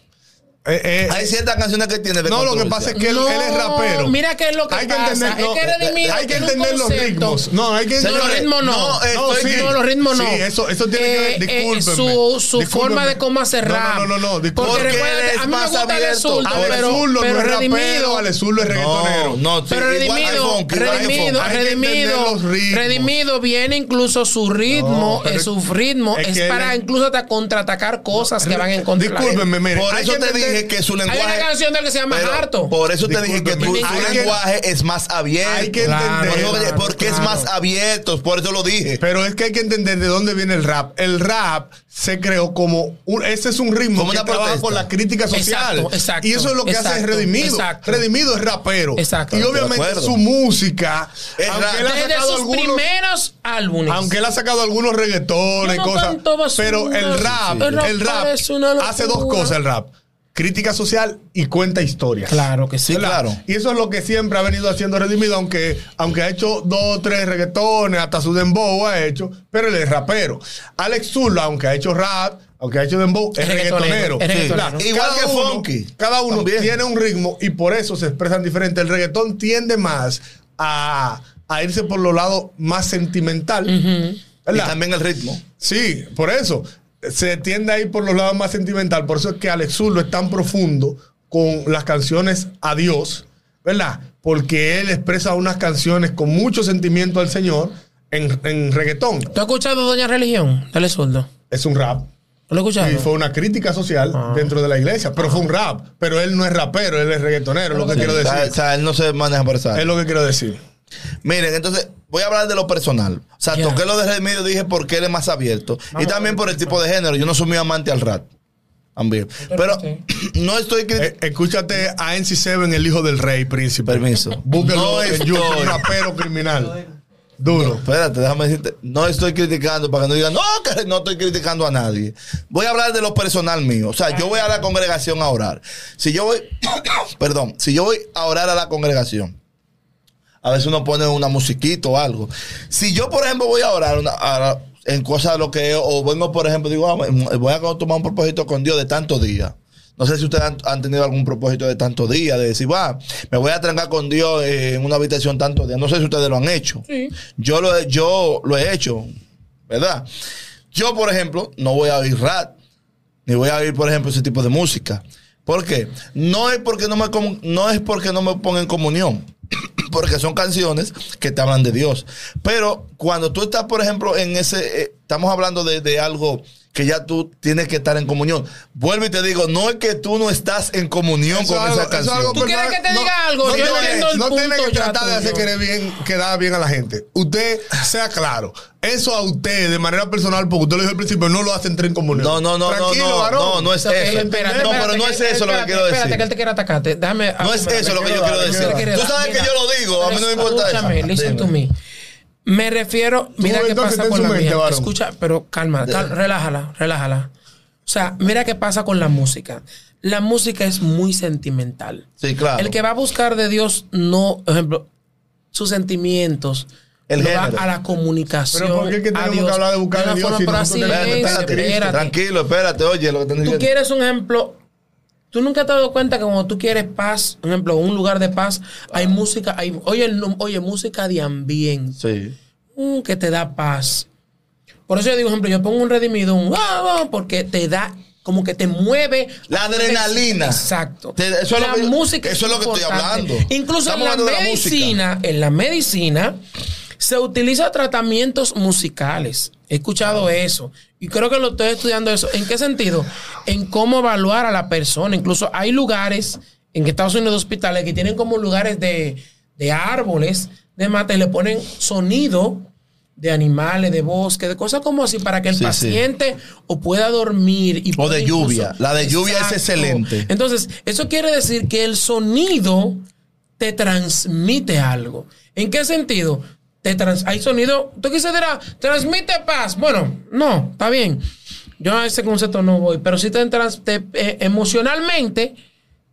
S3: Eh, eh,
S1: Hay ciertas canciones que tiene de
S3: no, lo que
S1: controversial.
S3: pasa es que él,
S2: No,
S3: él es rapero.
S2: Mira qué es lo que
S3: hay que
S2: pasa.
S3: entender,
S2: es
S3: no,
S2: que Redimido
S3: hay que
S2: tiene un
S3: entender los
S2: concepto.
S3: ritmos. No, hay que
S2: Los
S1: Señores,
S2: ritmos no.
S1: no, eh,
S2: No,
S1: estoy-
S2: sí. no, los ritmos no.
S3: Sí, eso, eso tiene que ver.
S2: Eh, eh,
S3: Discúlpeme.
S2: su su
S3: Discúlpeme.
S2: forma de cómo cerrar.
S3: No, no, no, no. no,
S2: Porque
S1: Porque
S3: discúlpeme.
S2: recuerda
S1: él
S2: que
S1: es
S2: a mí me
S1: más
S2: gusta el
S1: abierto.
S2: insulto,
S1: Ale
S2: pero,
S3: Zurdo
S2: pero
S3: no es rapero,
S2: redimido.
S3: Ale Zurdo es reggaetonero.
S1: No, no, sí,
S2: Pero
S1: igual hay
S2: redimido,
S1: funk, igual hay
S2: redimido,
S1: funk.
S3: Hay que entender
S2: redimido,
S3: los ritmos.
S2: redimido viene incluso su
S3: No,
S2: ritmo,
S3: pero
S2: eh, su ritmo
S3: es
S2: es,
S3: que
S2: para
S3: él-
S2: incluso hasta contraatacar cosas que van en contra. de la gente.
S3: Discúlpeme, mire.
S1: Por
S3: hay
S1: eso
S3: que
S1: te
S3: entender-
S1: dije que su lenguaje.
S2: canción de él que se llama
S1: Pero
S2: Harto.
S1: Por eso te dije que tu,
S3: Discúlpeme.
S1: su
S3: Hay que-
S1: lenguaje es más abierto.
S3: Hay que
S2: Claro,
S1: Por
S3: entender.
S1: eso-
S2: claro,
S1: porque es
S2: claro.
S1: más abierto, por eso lo dije.
S3: Pero es que hay que entender de dónde viene el rap. El rap se creó como un, ese es un ritmo
S1: Como
S3: que
S1: una
S3: trabaja
S1: protesta.
S3: con la crítica social.
S2: Exacto, exacto,
S3: y eso es lo que hace
S2: exacto,
S3: Redimido.
S2: exacto.
S3: Redimido es rapero.
S2: Exacto.
S3: Y
S2: Estoy
S1: de
S3: obviamente
S1: acuerdo.
S3: su música,
S1: Es
S3: aunque
S1: rap.
S3: él ha
S2: Desde
S3: sacado
S2: sus
S3: algunos
S2: primeros álbumes.
S3: Aunque él ha sacado algunos reggaetones y
S2: Yo no
S3: cosas.
S2: canto basura.
S3: Pero el rap,
S2: Sí. El rap
S3: el rap
S2: parece una locura.
S3: hace dos cosas el rap. Crítica social y cuenta historias.
S2: Claro que sí.
S1: sí, claro.
S3: Y eso es lo que siempre ha venido haciendo Redimido, aunque, aunque ha hecho dos, tres reggaetones, hasta su dembow ha hecho, pero él es rapero. Alex Zurdo, aunque ha hecho rap, aunque ha hecho dembow, es,
S2: Es
S3: reggaetonero.
S2: reggaetonero, es
S3: Sí.
S2: reggaetonero.
S3: Claro.
S1: Igual
S3: Cada
S1: que
S3: uno-
S1: Funky.
S3: Cada uno
S1: También.
S3: tiene un ritmo y por eso se expresan diferente. El reggaetón tiende más a, a irse por lo lado más sentimental.
S1: Y
S3: ¿verdad?
S1: también el ritmo.
S3: Sí, por eso. Se tiende a ir por los lados más sentimental. Por eso es que Alex Zurdo es tan profundo con las canciones a Dios, ¿verdad? Porque él expresa unas canciones con mucho sentimiento al Señor en, en reggaetón.
S2: ¿Tú has escuchado Doña Religión? Dale sueldo.
S3: Es un rap.
S2: ¿Lo has escuchado?
S3: Y fue una crítica social dentro de la iglesia. Pero fue un rap. Pero él no es rapero, él es reggaetonero, es lo que quiero
S1: O sea,
S3: decir.
S1: o sea, él no se maneja por esa.
S3: Es lo que quiero decir.
S1: Miren, entonces voy a hablar de lo personal. O sea,
S2: Ya.
S1: toqué lo de remedio, dije porque él es más abierto. y también por el tipo de género. Yo no soy muy amante al rap. También. Pero
S2: sí.
S1: no estoy
S3: Eh,
S1: criticando.
S3: escúchate a NC7, el hijo del rey, príncipe.
S1: Permiso.
S3: Búsquelo
S1: No
S3: en
S1: estoy-
S3: YouTube, un rapero criminal. Duro.
S1: Espérate, déjame decirte. No estoy criticando para que no digan, no, que no estoy criticando a nadie. Voy a hablar de lo personal mío. O sea, yo voy a la congregación a orar. Si yo voy, perdón, si yo voy a orar a la congregación, a veces uno pone una musiquita o algo. Si yo, por ejemplo, voy a orar una- a- en cosas de lo que, o vengo, por ejemplo, digo, "Ah, me- voy a tomar un propósito con Dios de tantos días. No sé si ustedes han, han tenido algún propósito de tantos días, de decir, va, me voy a trancar con Dios eh, en una habitación tantos días. No sé si ustedes lo han hecho.
S2: Sí.
S1: Yo lo, he- yo lo he hecho, ¿verdad? Yo, por ejemplo, no voy a oír rap, ni voy a oír, por ejemplo, ese tipo de música. ¿Por qué? No es porque no me, comu- no es porque no me ponga en comunión, porque son canciones que te hablan de Dios. Pero cuando tú estás, por ejemplo, en ese, eh, estamos hablando de, de algo que ya tú tienes que estar en comunión. Vuelvo y te digo, no es que tú no estás en comunión
S3: Eso
S1: con
S3: es algo-
S1: esa
S3: eso es
S1: canción.
S3: algo
S2: ¿Tú quieres
S3: personal.
S2: que te diga algo? Yo
S3: tiene-
S2: entiendo el
S3: no tiene
S2: punto
S3: que
S2: ya
S3: tratar de hacer
S2: tuyo.
S3: quedar bien, quedar bien a la gente. Usted sea claro. Eso a usted, de manera personal, porque usted lo dijo al principio, no lo hace entrar en comunión.
S1: No, no, no, no,
S3: Tranquilo,
S1: no,
S3: varón.
S1: no, no es eso.
S2: Espérate, espérate,
S1: no, pero no es eso
S2: espérate,
S1: lo que quiero
S2: espérate, Espérate, que él
S1: decir.
S2: te quiere atacarte. Déjame.
S1: No es eso lo que yo quiero decir. Tú sabes que yo lo digo, a mí no me importa eso.
S2: Escúchame, listen to me. Me refiero, mira qué
S3: momento que
S2: pasa
S3: está en
S2: con
S3: su
S2: la
S3: mente,
S2: mía.
S3: varón.
S2: Escucha, pero calma, cal- relájala, relájala. O sea, mira qué pasa con la música. La música es muy sentimental.
S1: Sí, claro.
S2: El que va a buscar de Dios, no, por ejemplo, sus sentimientos.
S1: El
S2: lo va
S1: género.
S2: a la comunicación.
S3: Pero ¿por qué es que
S2: a
S3: tenemos que
S2: Dios
S3: hablar de buscar
S2: una
S3: de Dios
S2: forma
S3: si
S2: pero
S3: nosotros
S2: así,
S3: tenemos
S1: Espérate,
S3: que
S2: espérate,
S1: espérate,
S2: espérate.
S1: tranquilo, espérate, oye, lo que tenés
S2: Tú
S1: que-
S2: quieres un ejemplo. Tú nunca te has dado cuenta que cuando tú quieres paz, por ejemplo, un lugar de paz, hay
S3: Ah.
S2: música, hay, oye, el num- oye, música de ambiente
S1: Sí.
S2: mm, que te da paz. Por eso yo digo, por ejemplo, yo pongo un redimido, un ah, ah, porque te da, como que te mueve.
S1: La adrenalina.
S2: Exacto.
S1: Te- eso es lo
S2: la
S1: que yo-
S2: música.
S1: eso es lo que estoy
S2: importante.
S1: hablando.
S2: Incluso
S1: Estamos
S2: en
S1: hablando de
S2: la
S1: la música.
S2: medicina, en la medicina, se utilizan tratamientos musicales. He escuchado eso. Y creo que lo estoy estudiando eso. ¿En qué sentido? En cómo evaluar a la persona. Incluso hay lugares en que Estados Unidos hospitales que tienen como lugares de, de árboles, de mata, y le ponen sonido de animales, de bosque, de cosas como así, para que el
S1: Sí, sí.
S2: paciente o pueda dormir.
S1: O
S2: Y
S1: de
S2: pueda incluso-
S1: lluvia. La de lluvia es excelente.
S2: Entonces, eso quiere decir que el sonido te transmite algo. ¿En qué sentido? Te trans- hay sonido, tú quise dirás, transmite paz. Bueno, no, está bien. Yo a ese concepto no voy, pero sí te, trans- te, eh, emocionalmente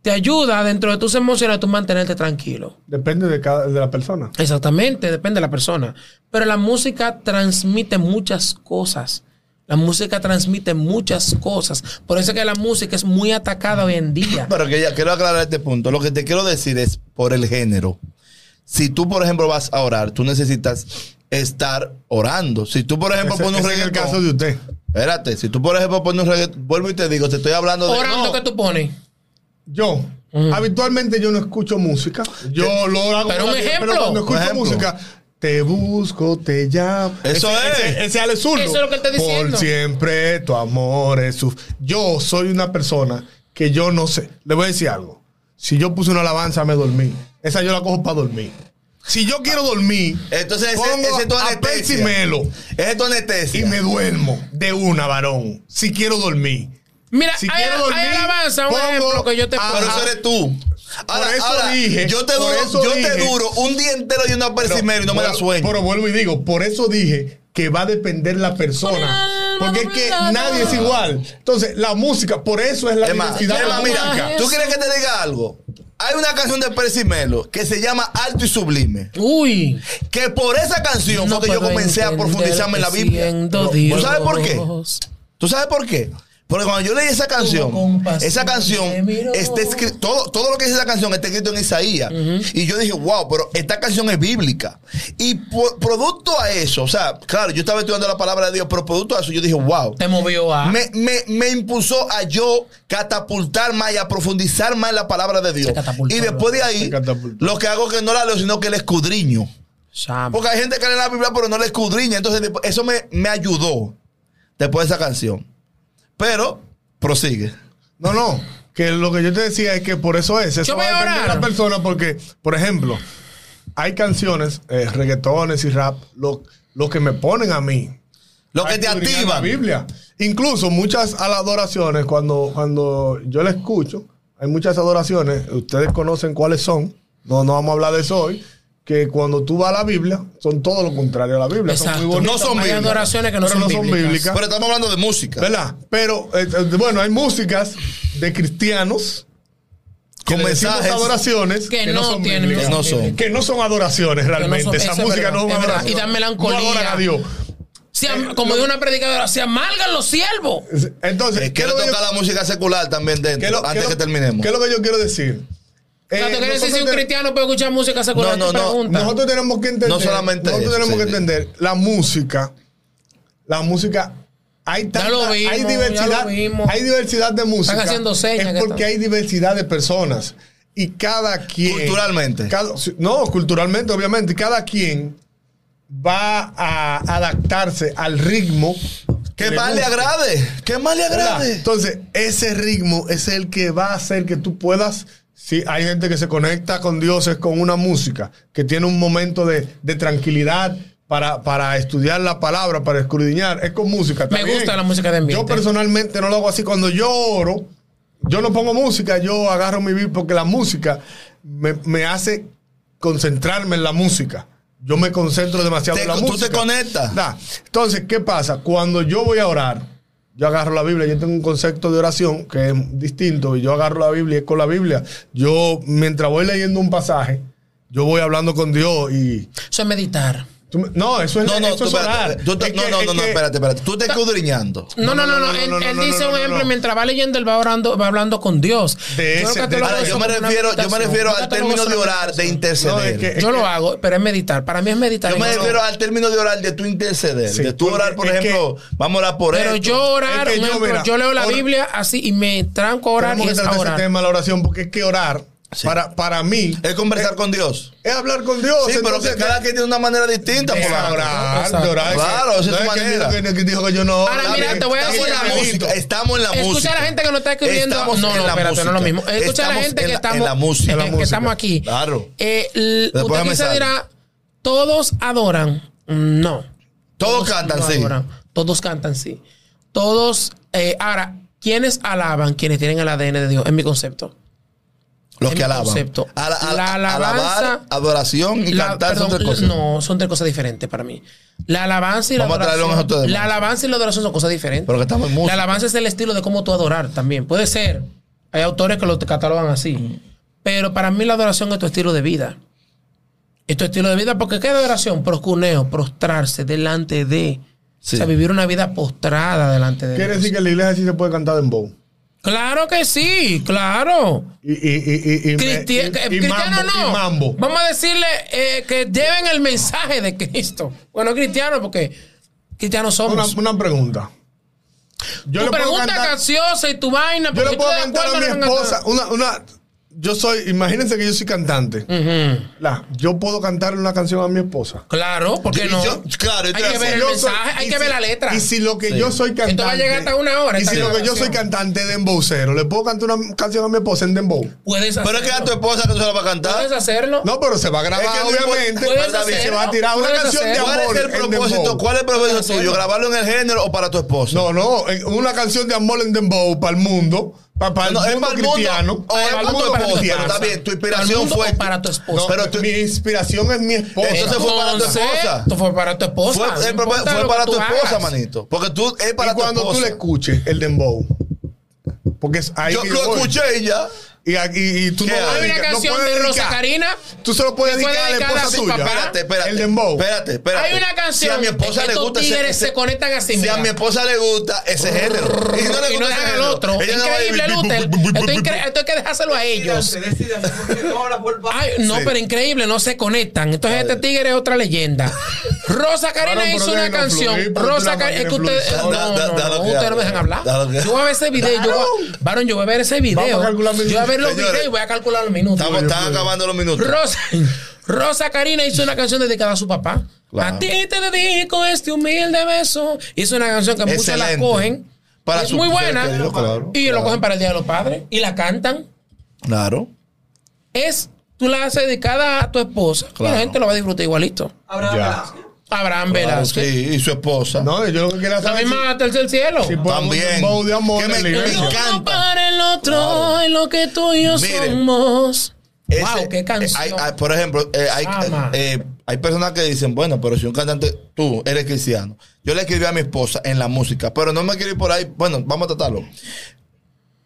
S2: te ayuda dentro de tus emociones a tú mantenerte tranquilo.
S3: Depende de, cada, de la persona.
S2: Exactamente, depende de la persona. Pero la música transmite muchas cosas. La música transmite muchas cosas. Por eso es que la música es muy atacada hoy en día.
S1: Pero que ya quiero aclarar este punto. Lo que te quiero decir es por el género. Si tú, por ejemplo, vas a orar, tú necesitas estar orando. Si tú, por ejemplo,
S3: Ese-
S1: pones un
S3: ese es el
S1: reggaetón.
S3: caso de usted.
S1: Espérate, si tú, por ejemplo, pones un reggaetón. Vuelvo y te digo, te estoy hablando de.
S2: Orando
S1: no,
S2: que tú pones.
S3: Yo, habitualmente yo no escucho música. Yo lo hago.
S2: Pero un
S3: con la-
S2: ejemplo.
S3: cuando escucho
S1: Un ejemplo.
S3: música, te busco, te llamo.
S1: Eso
S3: ese,
S1: es.
S3: Ese, ese Ale Zurdo.
S2: Eso es lo que él está diciendo.
S3: Por siempre tu amor es su. Yo soy una persona que yo no sé. Le voy a decir algo. Si yo puse una alabanza, me dormí. Esa yo la cojo para dormir. Si yo quiero dormir,
S1: Entonces, ese-
S3: pongo
S1: ese es tu
S3: a Percy
S1: anestesia.
S3: Melo
S1: Ese Es tu anestesia.
S3: y me duermo de una, varón. Si quiero dormir.
S2: Mira,
S3: Si
S2: hay,
S3: quiero dormir,
S2: hay alabanza, un
S3: pongo
S2: ejemplo que yo te
S3: a-
S1: Ah, Pero
S2: pongo.
S1: eso eres tú. Ahora,
S3: eso
S1: ahora,
S3: dije,
S1: Yo te
S3: por
S1: duro,
S3: eso
S1: yo te
S3: dije.
S1: duro un día entero y una percimero y no me da
S3: Pero-
S1: sueño.
S3: Pero vuelvo y digo, por eso dije que va a depender la persona. Porque es que nadie es igual. Entonces, la música, por eso es la
S1: Es más,
S3: diversidad
S1: es
S3: de la
S1: más, mira,
S3: música.
S1: ¿tú quieres que te diga algo? Hay una canción de Percy Melo que se llama Alto y Sublime.
S2: Uy.
S1: Que por esa canción fue que yo
S2: puedo
S1: comencé a
S2: entender
S1: profundizarme en la
S2: que
S1: Biblia.
S2: siendo
S1: ¿Tú sabes por qué?
S2: Dios.
S1: ¿Tú sabes por qué? Porque cuando yo leí esa canción,
S2: compasión,
S1: esa
S2: me
S1: canción
S2: miró.
S1: está escrito, todo, todo lo que dice esa canción está escrito en Isaías. Y yo dije, wow, pero esta canción es bíblica. Y por- producto a eso, o sea, claro, yo estaba estudiando la palabra de Dios, pero producto a eso yo dije, wow.
S2: Te movió a.
S1: Me, me- me impulsó a yo catapultar más y a profundizar más en la palabra de Dios.
S2: Se catapultó,
S1: Y después de
S3: se
S1: ahí,
S3: catapultó.
S1: lo que hago es que no la leo, sino que la escudriño.
S2: Sam.
S1: Porque hay gente que lee la Biblia, pero no la escudriña. Entonces, después- eso me, me ayudó después de esa canción. Pero, prosigue.
S3: No, no. Que lo que yo te decía es que por eso es. Eso
S2: Yo
S3: va
S2: voy
S3: a
S2: a
S3: depender de
S2: orar.
S3: la persona. Porque, por ejemplo, hay canciones, eh, reggaetones y rap, lo, lo que me ponen a mí.
S1: Lo
S3: a
S1: que te
S3: escudriñar La
S1: activa.
S3: Biblia. Incluso muchas a las adoraciones, cuando, cuando yo la escucho, hay muchas adoraciones, ustedes conocen cuáles son, no, no vamos a hablar de eso hoy, que cuando tú vas a la Biblia, son todo lo contrario a la Biblia. Son
S2: Exacto.
S3: muy bonitas,
S1: No son
S3: pero
S2: Hay
S1: bíblicas,
S2: adoraciones que no son bíblicas.
S1: Pero estamos hablando de música.
S3: ¿Verdad? Pero, eh, eh, bueno, hay músicas de cristianos
S1: Con
S3: que le decimos
S1: mensajes.
S3: adoraciones
S2: Que no
S3: son
S2: tienen
S3: bíblicas.
S1: Que no son.
S3: Que no son adoraciones realmente.
S2: son- eso
S3: Esa
S2: es
S3: música
S2: verdad,
S3: no es una
S2: es verdad.
S3: adoración.
S2: Y dan melancolía.
S3: No adoran a Dios.
S2: Se am- como dijo una predicadora, se amalgan los siervos.
S3: Entonces,
S1: Eh,
S3: ¿qué es
S1: Quiero
S3: lo que yo-
S1: tocar la música secular también dentro,
S3: qué es lo- qué
S1: antes
S3: es
S1: que
S3: lo-
S1: terminemos.
S3: ¿Qué es lo que yo quiero decir?
S2: O sea,
S3: Eh,
S2: ¿tú quieres decir si un
S3: nosotros te-
S2: cristiano puede escuchar música secular?
S1: No,
S2: ¿Qué
S1: no, no.
S2: pregunta?
S3: Nosotros tenemos que entender.
S1: No solamente
S3: Nosotros
S1: eso,
S3: tenemos
S1: sí,
S3: que
S1: sí.
S3: entender la música. La música. Hay, tanta,
S2: lo vimos,
S3: hay
S2: ya
S3: diversidad.
S2: lo vimos.
S3: Hay diversidad de música.
S2: haciendo señas que
S3: Es porque
S2: están-
S3: hay diversidad de personas. Y cada quien.
S1: Culturalmente.
S3: cada- sí, no, culturalmente, obviamente. Cada quien va a adaptarse al ritmo.
S1: Que más le
S3: guste.
S1: agrade. Que más le
S3: ¿Verdad?
S1: agrade.
S3: Entonces, ese ritmo es el que va a hacer que tú puedas. Si hay gente que se conecta con Dios es con una música, que tiene un momento de, de tranquilidad para, para estudiar la palabra, para escudriñar, es con música. está
S2: Me
S3: bien.
S2: gusta la música de ambiente.
S3: Yo personalmente no lo hago así. Cuando yo oro, yo no pongo música, yo agarro mi Biblia porque la música me, me hace concentrarme en la música. Yo me concentro demasiado
S1: Te-
S3: en la
S1: tú te
S3: música.
S1: conectas.
S3: Da. Entonces, ¿qué pasa? Cuando yo voy a orar, yo agarro la Biblia, yo tengo un concepto de oración que es distinto, y yo agarro la Biblia y es con la Biblia. Yo, mientras voy leyendo un pasaje, yo voy hablando con Dios y...
S2: Eso es meditar.
S3: tú me- no, eso es,
S1: No, no,
S3: eso
S1: tú,
S3: es orar.
S1: espérate, tú te-
S3: Es
S1: no,
S3: que-
S1: no,
S3: es
S1: no, no,
S3: que-
S1: espérate, espérate. Tú te escudriñando.
S2: No, no, no, no. Él,
S3: no, no,
S2: él
S3: no,
S2: dice
S3: no,
S2: un
S3: no,
S2: ejemplo,
S3: no.
S2: mientras va leyendo, él va orando, va hablando con Dios.
S3: De
S2: Yo
S3: ese
S2: nunca te lo hago
S3: tema.
S1: Ahora,
S2: eso
S1: yo me
S2: como una
S1: refiero, yo me
S2: meditación.
S1: refiero
S2: Nunca
S1: al
S2: te lo hago
S1: término
S2: eso
S1: de
S2: como una
S1: orar, de
S2: meditación.
S3: No, es
S1: interceder.
S3: que-
S2: Yo lo hago, pero es meditar. Para mí es meditar.
S1: yo me
S2: Yo no-
S1: refiero al término de orar, de tu interceder.
S3: Sí,
S1: de tú orar, por
S3: es que-
S1: ejemplo, vamos a orar por
S2: Pero
S1: esto.
S2: yo orar,
S3: Es que
S2: un
S3: yo,
S2: ejemplo, yo,
S3: mira,
S2: leo la
S3: ahora-
S2: Biblia así y me tranco a orar y
S3: Tenemos que
S2: es a
S3: tratar ese
S2: orar.
S3: tema de la oración porque es que orar,
S1: Sí.
S3: para, para mí,
S1: Es conversar
S3: Eh,
S1: con Dios.
S3: es hablar con Dios.
S1: Sí, pero
S3: Entonces,
S1: que cada quien tiene una manera distinta.
S3: de
S1: por la-
S3: orar, de orar.
S1: Claro, esa es tu
S3: No que
S1: manera.
S3: dijo que- que dijo que yo no oro,
S2: Ahora,
S3: que-
S2: mira, te voy a
S1: estamos
S2: decir
S1: en la
S2: algo.
S1: música. Estamos en la música.
S2: Escucha a la gente que nos está escribiendo.
S1: Estamos
S2: no,
S1: en
S2: no,
S1: la
S2: espérate, no es lo
S1: música.
S2: mismo. Escucha a la
S1: Estamos
S2: gente
S1: en
S2: que
S1: la-
S2: estamos,
S1: en la música.
S2: que-
S1: En la
S2: que
S1: música.
S2: estamos aquí.
S1: Claro.
S2: Eh, l-
S1: Después
S2: usted
S1: me
S2: quizá
S1: sale.
S2: dirá, todos adoran. Mm, No.
S1: Todos cantan,
S2: no
S1: sí.
S2: adoran. Todos cantan, sí. Todos. eh, ahora, ¿quiénes alaban? Quienes tienen el ADN de Dios, en mi concepto.
S1: Los
S2: en
S1: que
S2: mi
S1: alaban.
S2: concepto.
S1: Ala- ala-
S2: La alabanza-
S1: alabar, adoración y
S2: La-
S1: cantar
S2: perdón,
S1: son tres cosas.
S2: No, son tres cosas diferentes para mí. La alabanza y la
S1: Vamos a traerlo
S2: adoración.
S1: a nosotros de
S2: la
S1: nuevo.
S2: alabanza y la adoración son cosas diferentes.
S1: Pero que estamos en
S2: la
S1: música.
S2: alabanza es el estilo de cómo tú adorar también. Puede ser. Hay autores que lo catalogan así. Pero para mí la adoración es tu estilo de vida. Es tu estilo de vida porque ¿qué es adoración? Proscuneo, prostrarse delante de.
S1: Sí.
S2: O sea, vivir una vida postrada delante de.
S3: Quiere
S2: Dios.
S3: decir que en la iglesia sí se puede cantar en bow.
S2: Claro que sí, claro.
S3: Y, y, y, y, y,
S2: Cristi-
S3: y-
S2: eh,
S3: y
S2: cristiano
S3: mambo,
S2: no.
S3: y mambo.
S2: Vamos a decirle eh, que lleven el mensaje de Cristo. Bueno, cristiano, porque cristianos
S3: Una,
S2: somos.
S3: una pregunta. Yo
S2: tu
S3: le puedo
S2: pregunta
S3: cantar,
S2: gaseosa y tu vaina.
S3: yo
S2: porque
S3: le
S2: tú
S3: puedo
S2: de
S3: cantar a mi
S2: acuerdo no me
S3: esposa. Una, una, yo soy, imagínense que yo soy cantante.
S2: Mm. cantas. Ujú.
S3: La, yo puedo cantarle una canción a mi esposa.
S2: Claro, porque
S1: Y
S2: no.
S1: yo- claro, este
S2: hay
S1: yo-
S2: que ver el
S3: Yo soy-
S2: mensaje, hay
S3: y
S2: que
S3: si-
S2: ver la letra.
S3: Y si lo que
S1: Sí.
S3: yo soy
S2: va a
S3: cantante.
S2: llegar hasta una hora,
S3: Y
S2: esta
S3: si lo que yo
S2: grabación.
S3: soy cantante de embocero, ¿le puedo cantar una canción a mi esposa en dembow?
S2: Puedes hacerlo.
S1: Pero es que a tu esposa que se la va a
S2: Puedes
S1: cantar.
S2: hacerlo.
S3: No, pero se va a grabar,
S1: Es que no importa.
S3: obviamente.
S1: Puedes
S3: se
S1: hacerlo,
S3: va a tirar una
S2: puedes
S3: canción de
S2: hacerlo.
S3: amor.
S1: ¿Cuál es el
S3: en
S1: propósito?
S3: dembow.
S1: ¿Cuál es el propósito tuyo? ¿Grabarlo en el género o para tu esposa?
S3: No, no, en- una canción de amor en dembow para el mundo, para, el
S1: No,
S3: mundo
S1: para el
S3: cristiano.
S1: mundo, Oh, o es
S3: para
S1: para
S3: el
S1: tu
S3: mundo
S1: esposa, pero
S3: cristiano.
S1: está bien, tu
S2: ¿Para el
S1: inspiración
S2: mundo
S1: fue
S2: o para tu esposa?
S1: No, pero tu-
S3: mi inspiración es mi esposa.
S1: Entonces fue para tu esposa.
S2: Esto fue para tu esposa.
S1: fue, eh,
S2: No
S1: fue-
S2: importa
S1: fue
S2: lo
S1: para
S2: que
S1: tu
S2: tú
S1: esposa,
S2: hagas.
S1: manito. Porque tú es para
S3: y cuando
S1: tu esposa.
S3: tú le escuches el dembow, porque es ahí
S1: yo
S3: que
S1: lo
S3: voy.
S1: escuché y ya.
S3: Y, aquí- y tú
S1: ¿Qué
S3: no
S1: hay?
S3: lo
S1: Hay
S2: Hay una
S3: dedicas, no
S2: canción
S3: puedes
S2: de Rosa
S3: dedicar.
S2: Carina.
S3: Tú se lo puedes
S2: que fue
S3: dedicar a la
S2: dedicada
S3: esposa
S2: a su
S3: tuya.
S2: papá.
S1: Espérate, espérate.
S3: El dembow.
S1: Espérate, espérate.
S2: Hay una canción
S1: Si a mi esposa
S2: que
S1: le
S2: estos
S1: gusta ese-
S2: tigres
S1: ese-
S2: se conectan así,
S1: Si a
S2: mira.
S1: mi esposa le gusta ese género. Y si no le
S2: y no
S1: gusta ese
S2: dejan al
S1: género,
S2: otro.
S1: ella no va a ir-
S2: Increíble, Luther. Esto, es incre- esto hay que dejárselo a ellos.
S4: Decídanse, decídanse, porque no la vuelva.
S2: Ay, no,
S1: Sí.
S2: pero increíble, no se conectan. Entonces, este tigre es otra leyenda. Rosa Karina
S3: Claro,
S2: hizo
S3: pero
S2: una
S3: déjenos
S2: canción.
S3: fluir, porque tú
S2: Rosa
S3: la
S2: Karina, es que
S3: máquina
S2: ustedes.
S1: fluye.
S2: No,
S1: Da- da-
S2: no,
S1: da lo
S2: no,
S1: que
S2: ustedes no
S1: hable.
S2: me dejan hablar.
S1: Da lo que
S2: Yo voy a ver ese video. Yo voy a, Varón, yo voy a ver ese video. Yo
S3: Vamos a calcular mis
S2: voy a ver los
S1: minutos.
S2: videos y voy a calcular los minutos.
S1: Estamos, están acabando los minutos.
S2: Rosa, Rosa Karina hizo una canción dedicada a su papá.
S1: Claro.
S2: A ti te dedico este humilde beso. Hizo una canción que muchos la
S1: Excelente.
S2: cogen.
S1: Para
S2: es
S1: su-
S2: muy buena.
S1: querido, claro,
S2: y lo
S1: claro.
S2: cogen para el Día de los Padres. Y la cantan.
S1: Claro.
S2: Es tú la haces dedicada a tu esposa y
S1: Claro.
S2: la gente lo va a disfrutar igualito.
S4: Abraham
S3: Ya.
S4: Velázquez.
S2: Abraham
S1: Claro, sí,
S2: Velázquez.
S1: y su esposa.
S3: No, yo lo que quería
S2: La
S3: saber.
S2: misma hasta el cielo.
S3: Si, si ponemos
S1: También.
S3: un bow de amor
S1: Que me
S3: en la iglesia.
S1: encanta.
S2: Uno para el otro y lo que tú y yo
S1: Mire.
S2: somos.
S1: Ese- eh,
S2: wow, qué canción. Ah,
S1: hay- hay- por ejemplo, eh, hay,
S2: Ama.
S1: eh, hay personas que dicen, bueno, pero si un cantante, tú eres cristiano. Yo le escribí a mi esposa en la música, pero no me quiero ir por ahí. Bueno, vamos a tratarlo.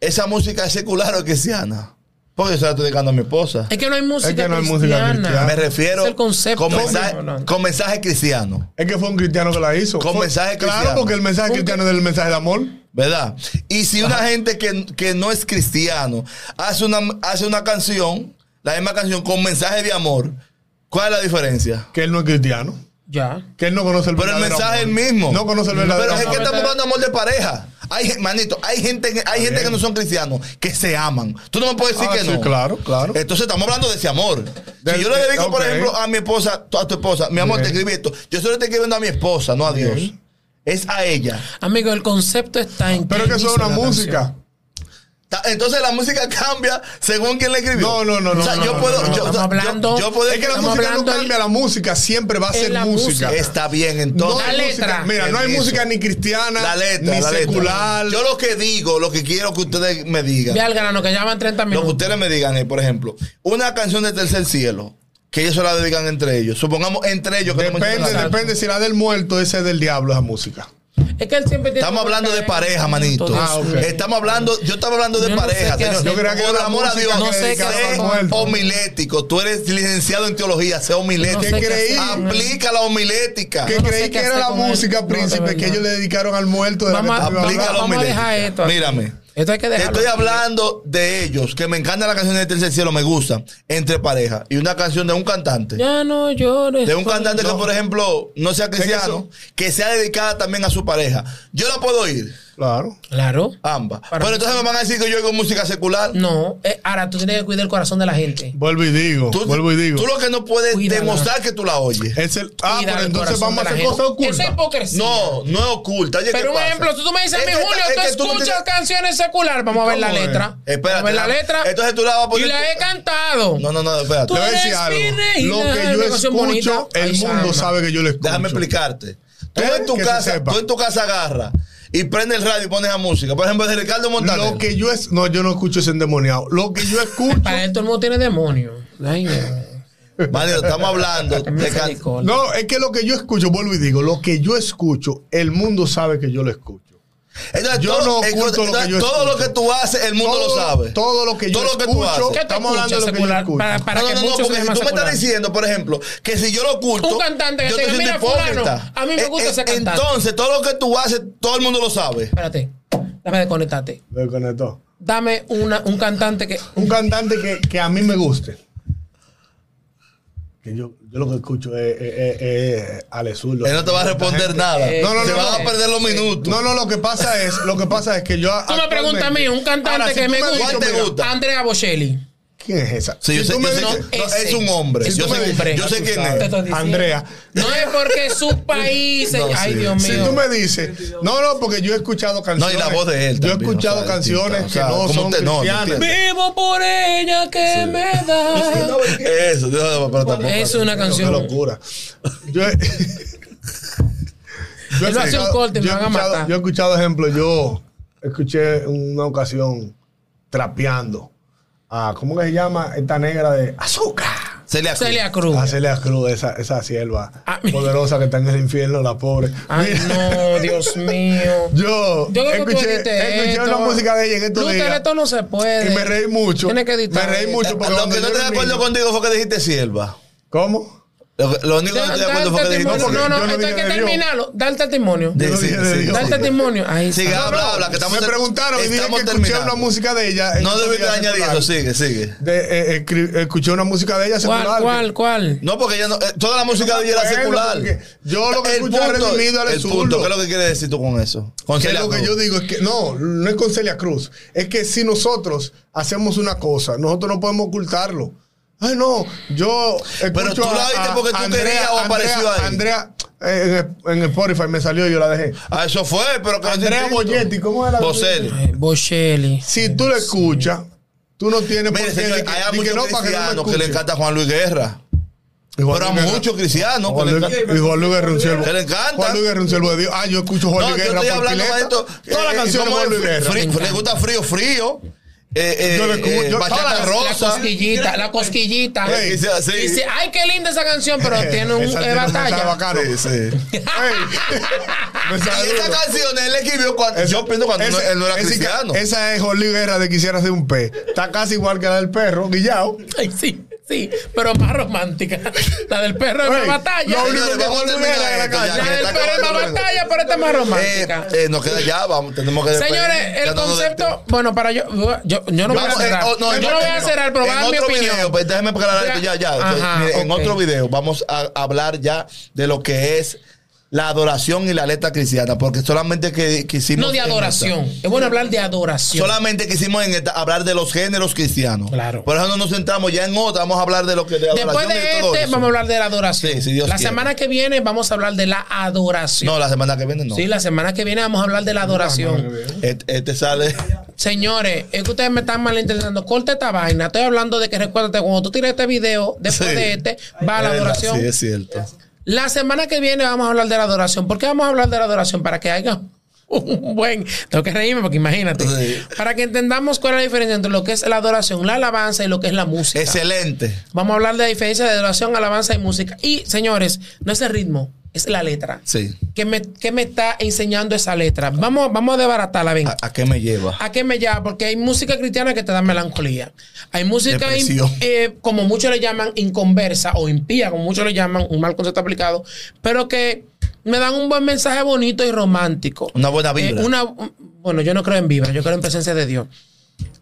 S1: ¿Esa música es secular o es cristiana? Porque yo se la estoy dedicando a mi esposa.
S2: es que no hay música
S3: Es que no hay música
S2: cristiana.
S3: cristiana.
S1: Me refiero
S2: Es el concepto.
S1: con, mensaje,
S2: Estamos hablando.
S1: con mensaje cristiano,
S3: Es que fue un cristiano que la hizo.
S1: Con
S3: Fue-
S1: mensaje cristiano.
S3: Claro, porque el mensaje
S2: Un-
S3: cristiano es el mensaje de amor.
S1: ¿verdad? Y si una gente que, que no es cristiano hace una, hace una canción, la misma canción con mensaje de amor, ¿cuál es la diferencia?
S3: Que él no es cristiano.
S2: Ya.
S3: Que él no conoce el
S1: Pero el
S3: verdadero
S1: mensaje es el
S3: amor.
S1: mismo.
S3: No conoce el verdadero
S1: Pero es que
S3: amor.
S1: estamos hablando de amor de pareja. Hay, manito, hay gente, que- hay gente que
S3: bien.
S1: no son cristianos, que se aman. Tú no me puedes decir
S3: Ah,
S1: que
S3: sí,
S1: no.
S3: claro, claro.
S1: Entonces estamos hablando de ese amor. si
S3: Del-
S1: yo le dedico, por
S3: ok.
S1: ejemplo, a mi esposa, a tu esposa, mi amor,
S3: Bien.
S1: te escribí esto. Yo solo te estoy escribiendo a mi esposa, no a Dios.
S3: Bien.
S1: Es a ella.
S2: Amigo, el concepto está en
S3: Pero
S2: quién
S3: que eso es
S2: hizo
S3: una
S2: la
S3: música.
S2: canción.
S1: Ta- Entonces la música cambia según quien la escribió.
S3: No, no, no,
S1: O sea,
S3: no, no,
S1: yo
S3: no,
S1: puedo.
S3: no,
S1: yo-
S3: no,
S1: yo-
S2: estamos hablando-
S1: yo puedo-
S3: Es que la
S2: Estamos
S3: música no
S2: hablando
S3: cambia, la música siempre va a
S2: en
S3: ser
S2: la
S3: música.
S2: música.
S1: Está bien,
S3: No
S1: entonces.
S2: La
S3: hay música-
S2: letra.
S3: Mira, no hay
S1: Permiso.
S3: música ni cristiana,
S1: La letra,
S3: ni
S1: la letra.
S3: secular.
S1: Yo lo que digo, lo que quiero que ustedes me digan.
S2: Ve al grano, que llaman 30
S1: Lo que
S2: minutos.
S1: ustedes me digan es, por ejemplo, una canción de Tercer Cielo, que ellos se la dedican entre ellos. Supongamos entre ellos que no mencionan
S3: Depende,
S1: nada.
S3: depende si la del muerto, ese es del diablo, esa música.
S2: Es que él siempre tiene
S1: Estamos
S2: una
S1: hablando de pareja, manito.
S2: Dios
S3: Ah, ok.
S2: mío.
S1: Estamos hablando, yo estaba hablando de
S2: Yo no sé
S1: pareja,
S2: qué
S1: señor.
S2: hacer.
S3: Yo creía que
S1: por
S3: era
S1: amor a
S3: música
S1: Dios,
S2: que No sé dedicada qué a los
S1: sé
S3: muertos.
S1: homilético. Tú eres licenciado en teología, sé homilético.
S2: No sé
S3: qué
S2: hacer,
S3: creí?
S2: man.
S1: Aplica la homilética.
S3: Que
S2: Ah, no sé
S3: creí
S2: qué
S3: que era
S2: hacer
S3: la
S2: con él.
S3: música,
S2: No, de
S3: príncipe, que
S2: verdad.
S3: ellos le dedicaron al muerto. De la
S2: Vamos
S3: que
S2: a-
S3: estaba hablando.
S1: Aplica la
S2: Vamos a dejar
S1: homilética.
S2: esto aquí.
S1: Mírame.
S2: Esto hay que
S1: Te
S2: dejarlo.
S1: estoy hablando de ellos, que me encantan las canciones de Tercer Cielo, me gustan, entre pareja. Y una canción de un cantante.
S2: Ya no llores.
S1: De un
S2: por-
S1: cantante que,
S3: No.
S1: por ejemplo, no sea cristiano, que sea dedicada también a su pareja. Yo la puedo oír,
S3: Claro.
S2: Claro.
S1: ambas.
S2: Para
S1: pero
S2: mí
S1: entonces me van a decir que yo oigo música secular.
S2: No. eh, ahora tú tienes que cuidar el corazón de la gente.
S3: Vuelvo y digo.
S1: Tú,
S3: vuelvo y digo.
S1: tú lo que no puedes
S2: Cuídala.
S1: demostrar que tú la oyes.
S3: Es el, ah,
S2: Cuidar
S3: pero
S2: el
S3: entonces
S2: corazón
S3: vamos
S2: de
S3: a
S2: la
S3: hacer
S2: gente.
S3: cosas ocultas.
S2: Eso es hipocresía.
S1: No, no es oculta. Oye, ¿qué
S2: Pero un
S1: pasa?
S2: ejemplo, si tú me dices,
S1: Es
S2: mi
S1: que
S2: Julio,
S1: está- es
S2: tú
S1: que tú no
S2: escuchas
S1: tienes-
S2: canciones seculares, vamos a ver la
S3: ¿Cómo es?
S2: letra.
S1: Espérate,
S2: Vamos a ver la
S1: la-
S2: letra.
S1: entonces tú la vas a poner-
S2: Y la he cantado.
S1: No, no, no, espérate.
S2: Tú-
S3: Te voy a decir
S2: eres mi
S3: algo.
S2: reina.
S3: Lo que yo
S2: Una canción bonita.
S3: escucho, el
S2: Ay,
S3: mundo
S2: Sandra.
S3: sabe que yo lo escucho.
S1: Déjame explicarte. Tú
S3: Eh,
S1: en tu
S3: que se
S1: casa,
S3: sepa.
S1: tú en tu casa agarras y prende el radio y pones la música. Por ejemplo, de Ricardo Montaner.
S3: Lo que yo es, no, yo no escucho ese endemoniado. Lo que yo escucho,
S2: Para él todo el mundo tiene demonio. Ay,
S1: Mario, estamos hablando de can-
S2: misericordia.
S3: no, es que lo que yo escucho, vuelvo y digo, lo que yo escucho, el mundo sabe que yo lo escucho.
S1: Entonces,
S3: Yo
S1: todo,
S3: no
S1: eh,
S3: oculto lo que yo
S1: todo lo
S3: escucho.
S1: que tú haces, el mundo
S3: Todo-
S1: lo sabe.
S3: Todo lo que yo
S1: Todo lo que tú
S3: escucho,
S1: haces.
S2: ¿Qué te
S3: estamos hablando de
S2: escuchas
S3: lo que yo
S2: secular?
S3: escucho.
S2: Para, para
S1: no,
S2: que
S1: no, no,
S2: muchos
S1: porque
S2: se
S1: si tú
S2: más
S1: me estás
S2: secular.
S1: diciendo, por ejemplo, que si yo lo oculto.
S2: Un cantante que
S1: yo
S2: te
S1: estoy
S2: diga,
S1: siendo
S2: "Mira, fulano,
S1: hipócrita". Eh,
S2: a mí me gusta ese cantante.
S1: Entonces, todo lo que tú haces, todo el mundo lo sabe.
S2: Espérate, dame desconectarte.
S3: Desconectó.
S2: Dame una, un cantante que.
S3: Un cantante que, que a mí me guste. Que yo, yo lo que escucho es, es, es- es Ale Zurdo.
S1: Él no te va a responder nada.
S2: eh,
S1: no, no,
S3: que
S1: no. Te vas
S3: no.
S1: a perder los minutos.
S3: No, no, lo que pasa es, lo que pasa es que yo.
S2: Tú me preguntas a mí, un cantante que me gusta.
S1: ¿Cuál te
S2: Mira,
S1: gusta?
S2: Andrea Bocelli.
S3: ¿Quién es esa?
S1: Sí, yo
S3: Si
S1: sé,
S3: tú me
S1: yo sé
S3: dices-
S1: que-
S2: no,
S1: no, es
S2: ese.
S1: un hombre.
S2: Es
S1: yo,
S2: un
S1: sé,
S2: hombre.
S1: yo sé quién
S2: Ah, Te
S1: es.
S2: estoy diciendo.
S3: Andrea.
S2: No es porque su país.
S1: No,
S2: Ay,
S1: sí.
S2: Dios
S3: Si
S2: mío.
S3: tú me dices, no, no, porque yo he escuchado canciones.
S1: No, y la voz de él
S3: Yo he
S1: también, o
S3: escuchado
S1: sea,
S3: canciones
S1: distinta, o
S3: que
S1: sea,
S3: no
S1: como
S3: son
S1: un tenor,
S3: cristianas.
S1: ¿entiendes?
S2: Vivo por ella que me da.
S1: Eso, no, no, pero tampoco.
S2: Es una
S3: Pero
S2: canción.
S3: Qué locura. Yo he. Yo
S2: Él va a hacer un corte y
S3: yo
S2: me
S3: he
S2: van a
S3: escuchado-
S2: matar.
S3: Yo he escuchado, ejemplo, yo escuché una ocasión trapeando a, ¿cómo que se llama? Esta negra de azúcar.
S1: Celia Cruz.
S2: Celia Cruz.
S3: A Celia Cruz, esa, esa sierva
S2: Ah.
S3: poderosa que está en el infierno, la pobre.
S2: Ay,
S3: Mira,
S2: no, Dios mío.
S3: Yo,
S2: Yo creo que tú
S3: escuché,
S2: dijiste
S3: escuché una
S2: esto.
S3: música de ella en estos
S2: Luther,
S3: días.
S2: esto no se puede.
S3: Y me reí mucho.
S2: Tienes que editar.
S3: Me reí
S1: Eh,
S3: mucho. porque
S1: Lo
S3: cuando
S1: que no
S3: yo
S1: estoy de
S3: era
S1: acuerdo
S3: niño-
S1: contigo fue que dijiste sierva.
S3: ¿Cómo?
S1: Lo, que- lo único que no
S2: Da-
S1: estoy de
S2: da el
S1: acuerdo fue que dijiste.
S2: testimonio. No,
S3: No,
S2: no,
S3: porque yo no
S2: esto hay que
S3: dije de Dios.
S2: terminarlo. Da el testimonio.
S1: De-
S3: Yo no
S1: sí,
S3: dije de
S1: sí,
S3: Dios.
S2: Da el
S1: sí.
S2: testimonio. Ahí
S1: Sigue,
S2: está.
S1: habla, habla, que estamos
S3: me preguntaron y dije que
S1: estamos
S3: escuché
S1: terminando.
S3: una música de ella. en
S1: No
S3: estos
S1: debiste
S3: días
S1: añadir eso,
S3: seculares.
S1: sigue, sigue.
S3: De, eh, escri- escuché una música de ella
S2: ¿Cuál,
S3: secular.
S2: cuál, cuál?
S1: No, porque ella no, eh, toda la música de ella era
S3: Bueno,
S1: secular.
S3: porque yo lo que escucho es resumido al
S1: el
S3: Ezurdo.
S1: punto, ¿qué es lo que quieres decir tú con eso? Con
S3: Que
S1: Celia
S3: lo que
S1: Cruz.
S3: yo digo es que no, no es con Celia Cruz. Es que si nosotros hacemos una cosa, nosotros no podemos ocultarlo. Ay, no, yo. Escucho
S1: Pero tú la oíste porque tú querías o apareció ahí.
S3: Andrea, eh, en, en Spotify me salió y yo la dejé.
S1: Ah, eso fue, pero que
S3: Andrea Boyetti, ¿cómo era?
S1: Bocelli.
S2: Eh, Bocelli.
S3: Si tú la escuchas, Tú no tienes
S1: Mire, señores,
S3: di que-
S1: hay a
S3: di que
S1: muchos
S3: no, para que no me
S1: cristianos que, le
S3: escuchen.
S1: encanta Juan Luis Guerra.
S3: Y
S1: Pero
S3: Juan
S1: a
S3: Luis Guerra-
S1: muchos cristianos que
S3: Juan
S1: le
S3: Luis-
S1: encanta.
S3: y Juan Luis Guerra un siervo.
S1: Que le encanta.
S3: Juan Luis Guerra un siervo de Dios. Ah, yo escucho Juan
S1: No,
S3: Luis
S1: yo
S3: Guerra
S1: estoy
S3: por
S1: hablando
S3: pileta.
S1: de esto.
S3: Todas las
S1: eh,
S3: canciones de
S1: ¿cómo
S3: Juan Luis
S1: es?
S3: Guerra.
S1: Fri- Le gusta frío, frío. Eh, eh,
S3: Yo le escucho-
S1: eh,
S3: yo-
S1: bachata
S3: todas las-
S2: La
S1: rosa.
S2: cosquillita, la cosquillita.
S1: Ey, sí, sí.
S2: Dice, ay, qué linda esa canción, pero tiene un,
S3: Esa
S2: es
S3: tiene un mensaje
S2: batalla.
S3: bacano.
S1: Sí, sí.
S3: Ey. Mensaje
S1: Y esta
S3: duro.
S1: canción él la escribió cuando.
S3: Esa-
S1: yo pienso cuando
S3: esa-
S1: no- él no era
S3: esa-
S1: cristiano.
S3: Esa es Jorge Guerra de Quisiera ser un pez. Está casi igual que la del perro, guillao.
S2: Ay, sí, sí, pero más romántica. La del perro es
S3: Ey,
S2: más batalla.
S3: lo único
S2: La
S1: Señores,
S3: que
S1: vamos a
S3: Jorge
S1: terminar
S3: Guerra era
S1: esto,
S3: la
S1: ya,
S3: calle.
S1: que
S2: del
S1: está
S2: perro es más
S1: acabando el
S2: batalla, pero esta es más
S1: Eh,
S2: romántica.
S1: eh, nos queda ya, vamos, tenemos que despedir.
S2: Señores,
S1: Ya
S2: el
S1: no nos
S2: concepto. Bueno, para yo. Yo, yo no voy a
S1: Vamos, eh,
S2: cerrar.
S1: oh, no,
S2: yo
S1: en
S2: no voy a
S1: otro-
S2: cerrar, pero voy a
S1: en
S2: dar mi
S1: otro
S2: opinión.
S1: video, pues, déjeme aclarar
S2: Ya.
S1: esto, ya, ya.
S2: Ajá,
S1: Mire, En
S2: ok.
S1: otro video vamos a hablar ya de lo que es la adoración y la letra cristiana, porque solamente que quisimos.
S2: No de
S1: en esta-
S2: adoración. Es bueno hablar de adoración.
S1: Solamente quisimos en esta- hablar de los géneros cristianos.
S2: Claro.
S1: Por eso no nos centramos ya en otra, vamos a hablar de lo que de
S2: Después
S1: adoración y
S2: de
S1: todo
S2: este,
S1: eso.
S2: vamos a hablar de la adoración.
S1: Sí, si Dios
S2: la
S1: quiere.
S2: semana que viene vamos a hablar de la adoración.
S1: No, la semana que viene no.
S2: Sí, la semana que viene vamos a hablar de la adoración.
S1: Este, este sale.
S2: Señores, es que ustedes me están malinterpretando. Corta esta vaina. Estoy hablando de que recuérdate, cuando tú tires este video, después
S1: Sí.
S2: de este, va a la
S1: Es verdad,
S2: adoración.
S1: Sí, es cierto.
S2: La semana que viene vamos a hablar de la adoración. ¿Por qué vamos a hablar de la adoración? Para que haya un buen. Tengo que reírme porque imagínate.
S1: Sí.
S2: Para que entendamos cuál es la diferencia entre lo que es la adoración, la alabanza y lo que es la música.
S1: Excelente.
S2: Vamos a hablar de la diferencia de adoración, alabanza y música. Y señores, no es el ritmo, es la letra.
S1: Sí.
S2: ¿Qué me, qué me está enseñando esa letra? Vamos, vamos a desbaratarla, ven.
S1: ¿A, a qué me lleva?
S2: ¿A qué me llama? Porque hay música cristiana que te da melancolía. Hay música, in-
S1: Depresión.
S2: eh, como muchos le llaman, inconversa o impía, como muchos le llaman, un mal concepto aplicado, pero que me dan un buen mensaje bonito y romántico.
S1: Una buena vibra.
S2: Eh, una, bueno, yo no creo en vibra, yo creo en presencia de Dios.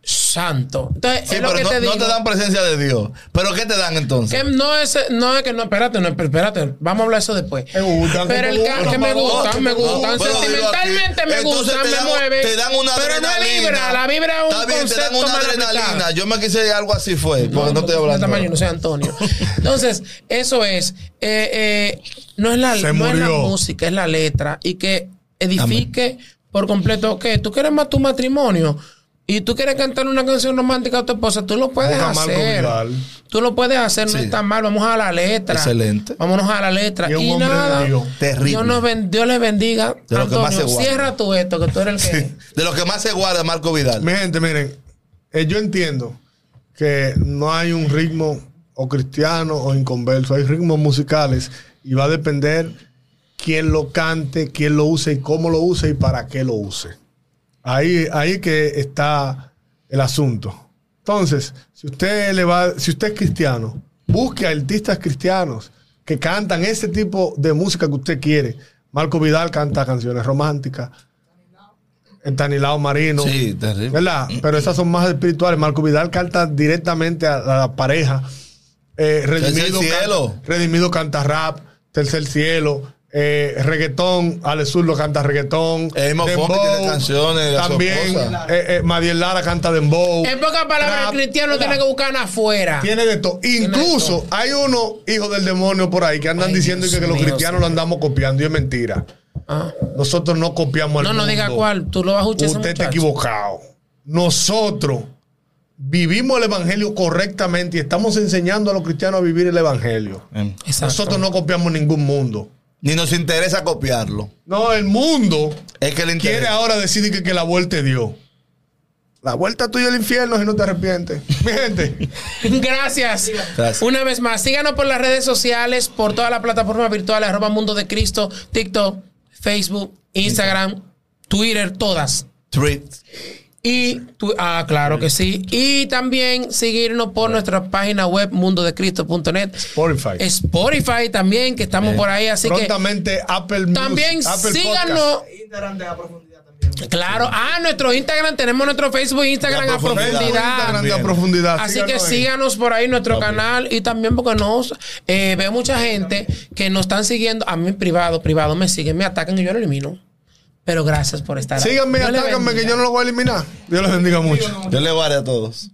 S2: Santo. Entonces,
S1: Sí,
S2: es lo
S1: pero
S2: que
S1: no,
S2: te
S1: no
S2: digo.
S1: te dan presencia de Dios. ¿Pero qué te dan entonces?
S2: Que no es, no es que no, espérate, no, espérate, vamos a hablar de eso después.
S3: Me gustan,
S2: pero
S3: que
S2: el
S3: me
S2: ca-
S3: gustan,
S2: que me
S3: no,
S2: gustan, me
S3: no,
S2: gustan,
S1: pero digo
S2: sentimentalmente
S1: aquí,
S2: me
S1: entonces
S2: gustan,
S1: te
S2: me
S1: dan-
S2: mueven.
S1: Te dan una
S2: pero no
S1: adrenalina.
S2: es vibra, la vibra es un
S1: Está bien, te dan
S2: concepto
S1: una
S2: mal
S1: adrenalina.
S2: aplicado.
S1: Yo me quise algo así fue, porque no, estoy
S2: no,
S1: hablando.
S2: Tamayo, no sea Antonio. Entonces, eso es. eh, eh, no, es la,
S3: Se
S2: no es la
S3: murió.
S2: música, es la letra. Y que edifique por completo. que ¿Tú quieres más tu matrimonio? Y tú quieres cantar una canción romántica a tu esposa, tú lo puedes
S3: Busca Marco
S2: hacer.
S3: Vidal.
S2: Tú lo puedes hacer, no
S1: Sí.
S2: está mal. Vamos a la letra.
S1: Excelente.
S2: Vámonos a la letra.
S3: Y un
S2: Y,
S3: hombre de
S2: nada.
S3: Dios.
S1: Terrible.
S2: Dios, nos ben- Dios les bendiga.
S1: De lo que más se
S2: Antonio,
S1: guarda.
S2: cierra tú esto, que tú eres el que.
S1: De lo que más se guarda Marco Vidal.
S3: Mi gente, miren, eh, yo entiendo que no hay un ritmo o cristiano o inconverso, hay ritmos musicales y va a depender quién lo cante, quién lo use y cómo lo use y para qué lo use. Ahí, ahí que está el asunto. Entonces, si usted le va, si usted es cristiano, busque artistas cristianos que cantan ese tipo de música que usted quiere. Marco Vidal canta canciones románticas. Tanilao Marino.
S1: Sí, terrible.
S3: ¿Verdad? Pero esas son más espirituales. Marco Vidal canta directamente a, a la pareja. Eh, Redimido,
S1: Tercer Cielo.
S3: Canta, Redimido canta rap, Tercer Cielo, eh, reggaetón, Ale Zurdo canta reggaetón.
S1: El mismo Fonky
S3: dembow,
S1: tiene canciones de su
S3: También
S1: esposa.
S3: eh, eh, Madiel Lara canta dembow.
S2: En pocas palabras,
S1: Ah,
S3: rap,
S2: el cristiano
S3: ¿verdad?
S2: tiene que buscar afuera.
S3: Tiene de todo.
S2: de
S3: Incluso hay unos hijos del demonio por ahí que andan
S2: Ay,
S3: diciendo
S2: Dios
S3: que, los
S2: mío,
S3: cristianos lo andamos copiando y es mentira.
S2: Ah.
S3: Nosotros no copiamos al
S2: No, no diga
S3: mundo.
S2: cuál. Tú lo vas a escuchar. ese
S3: Usted está
S2: muchacho.
S3: equivocado. Nosotros vivimos el evangelio correctamente y estamos enseñando a los cristianos a vivir el evangelio.
S1: Mm.
S2: Exacto.
S3: Nosotros no copiamos ningún mundo.
S1: Ni nos interesa copiarlo.
S3: No, el mundo
S1: Es que le
S3: quiere
S1: interesa.
S3: ahora decir que, que la vuelta es Dios. La vuelta tuya al infierno si no te arrepientes. Mi gente,
S2: Gracias.
S1: Gracias.
S2: Una vez más, síganos por las redes sociales, por todas las plataformas virtuales, arroba Mundo de Cristo, TikTok, Facebook, Instagram, Twitter, todas.
S1: Treat.
S2: Y, tu- ah, claro que sí. Y también seguirnos por nuestra página web mundodecristo.net.
S3: Spotify.
S2: Spotify también, que estamos por ahí. Así que
S3: Prontamente Apple Music,
S2: también
S3: Apple
S2: síganos.
S4: Instagram de la profundidad también.
S2: Claro. Ah, nuestro Instagram, tenemos nuestro Facebook, Instagram
S1: La
S2: a
S1: profundidad.
S3: Podcast.
S2: profundidad.
S3: Instagram de
S1: Bien.
S3: a profundidad.
S2: Así
S3: Síganos
S2: que
S3: ahí.
S2: síganos por ahí nuestro canal y también porque nos eh, veo mucha gente que nos están siguiendo a mí privado, privado me siguen, me atacan y yo lo elimino. Pero gracias por estar. ahí.
S3: Síganme,
S2: Dios le
S3: atácanme que
S2: bendiga.
S3: yo no lo voy a eliminar. Dios les bendiga mucho.
S1: Yo le guarde a todos.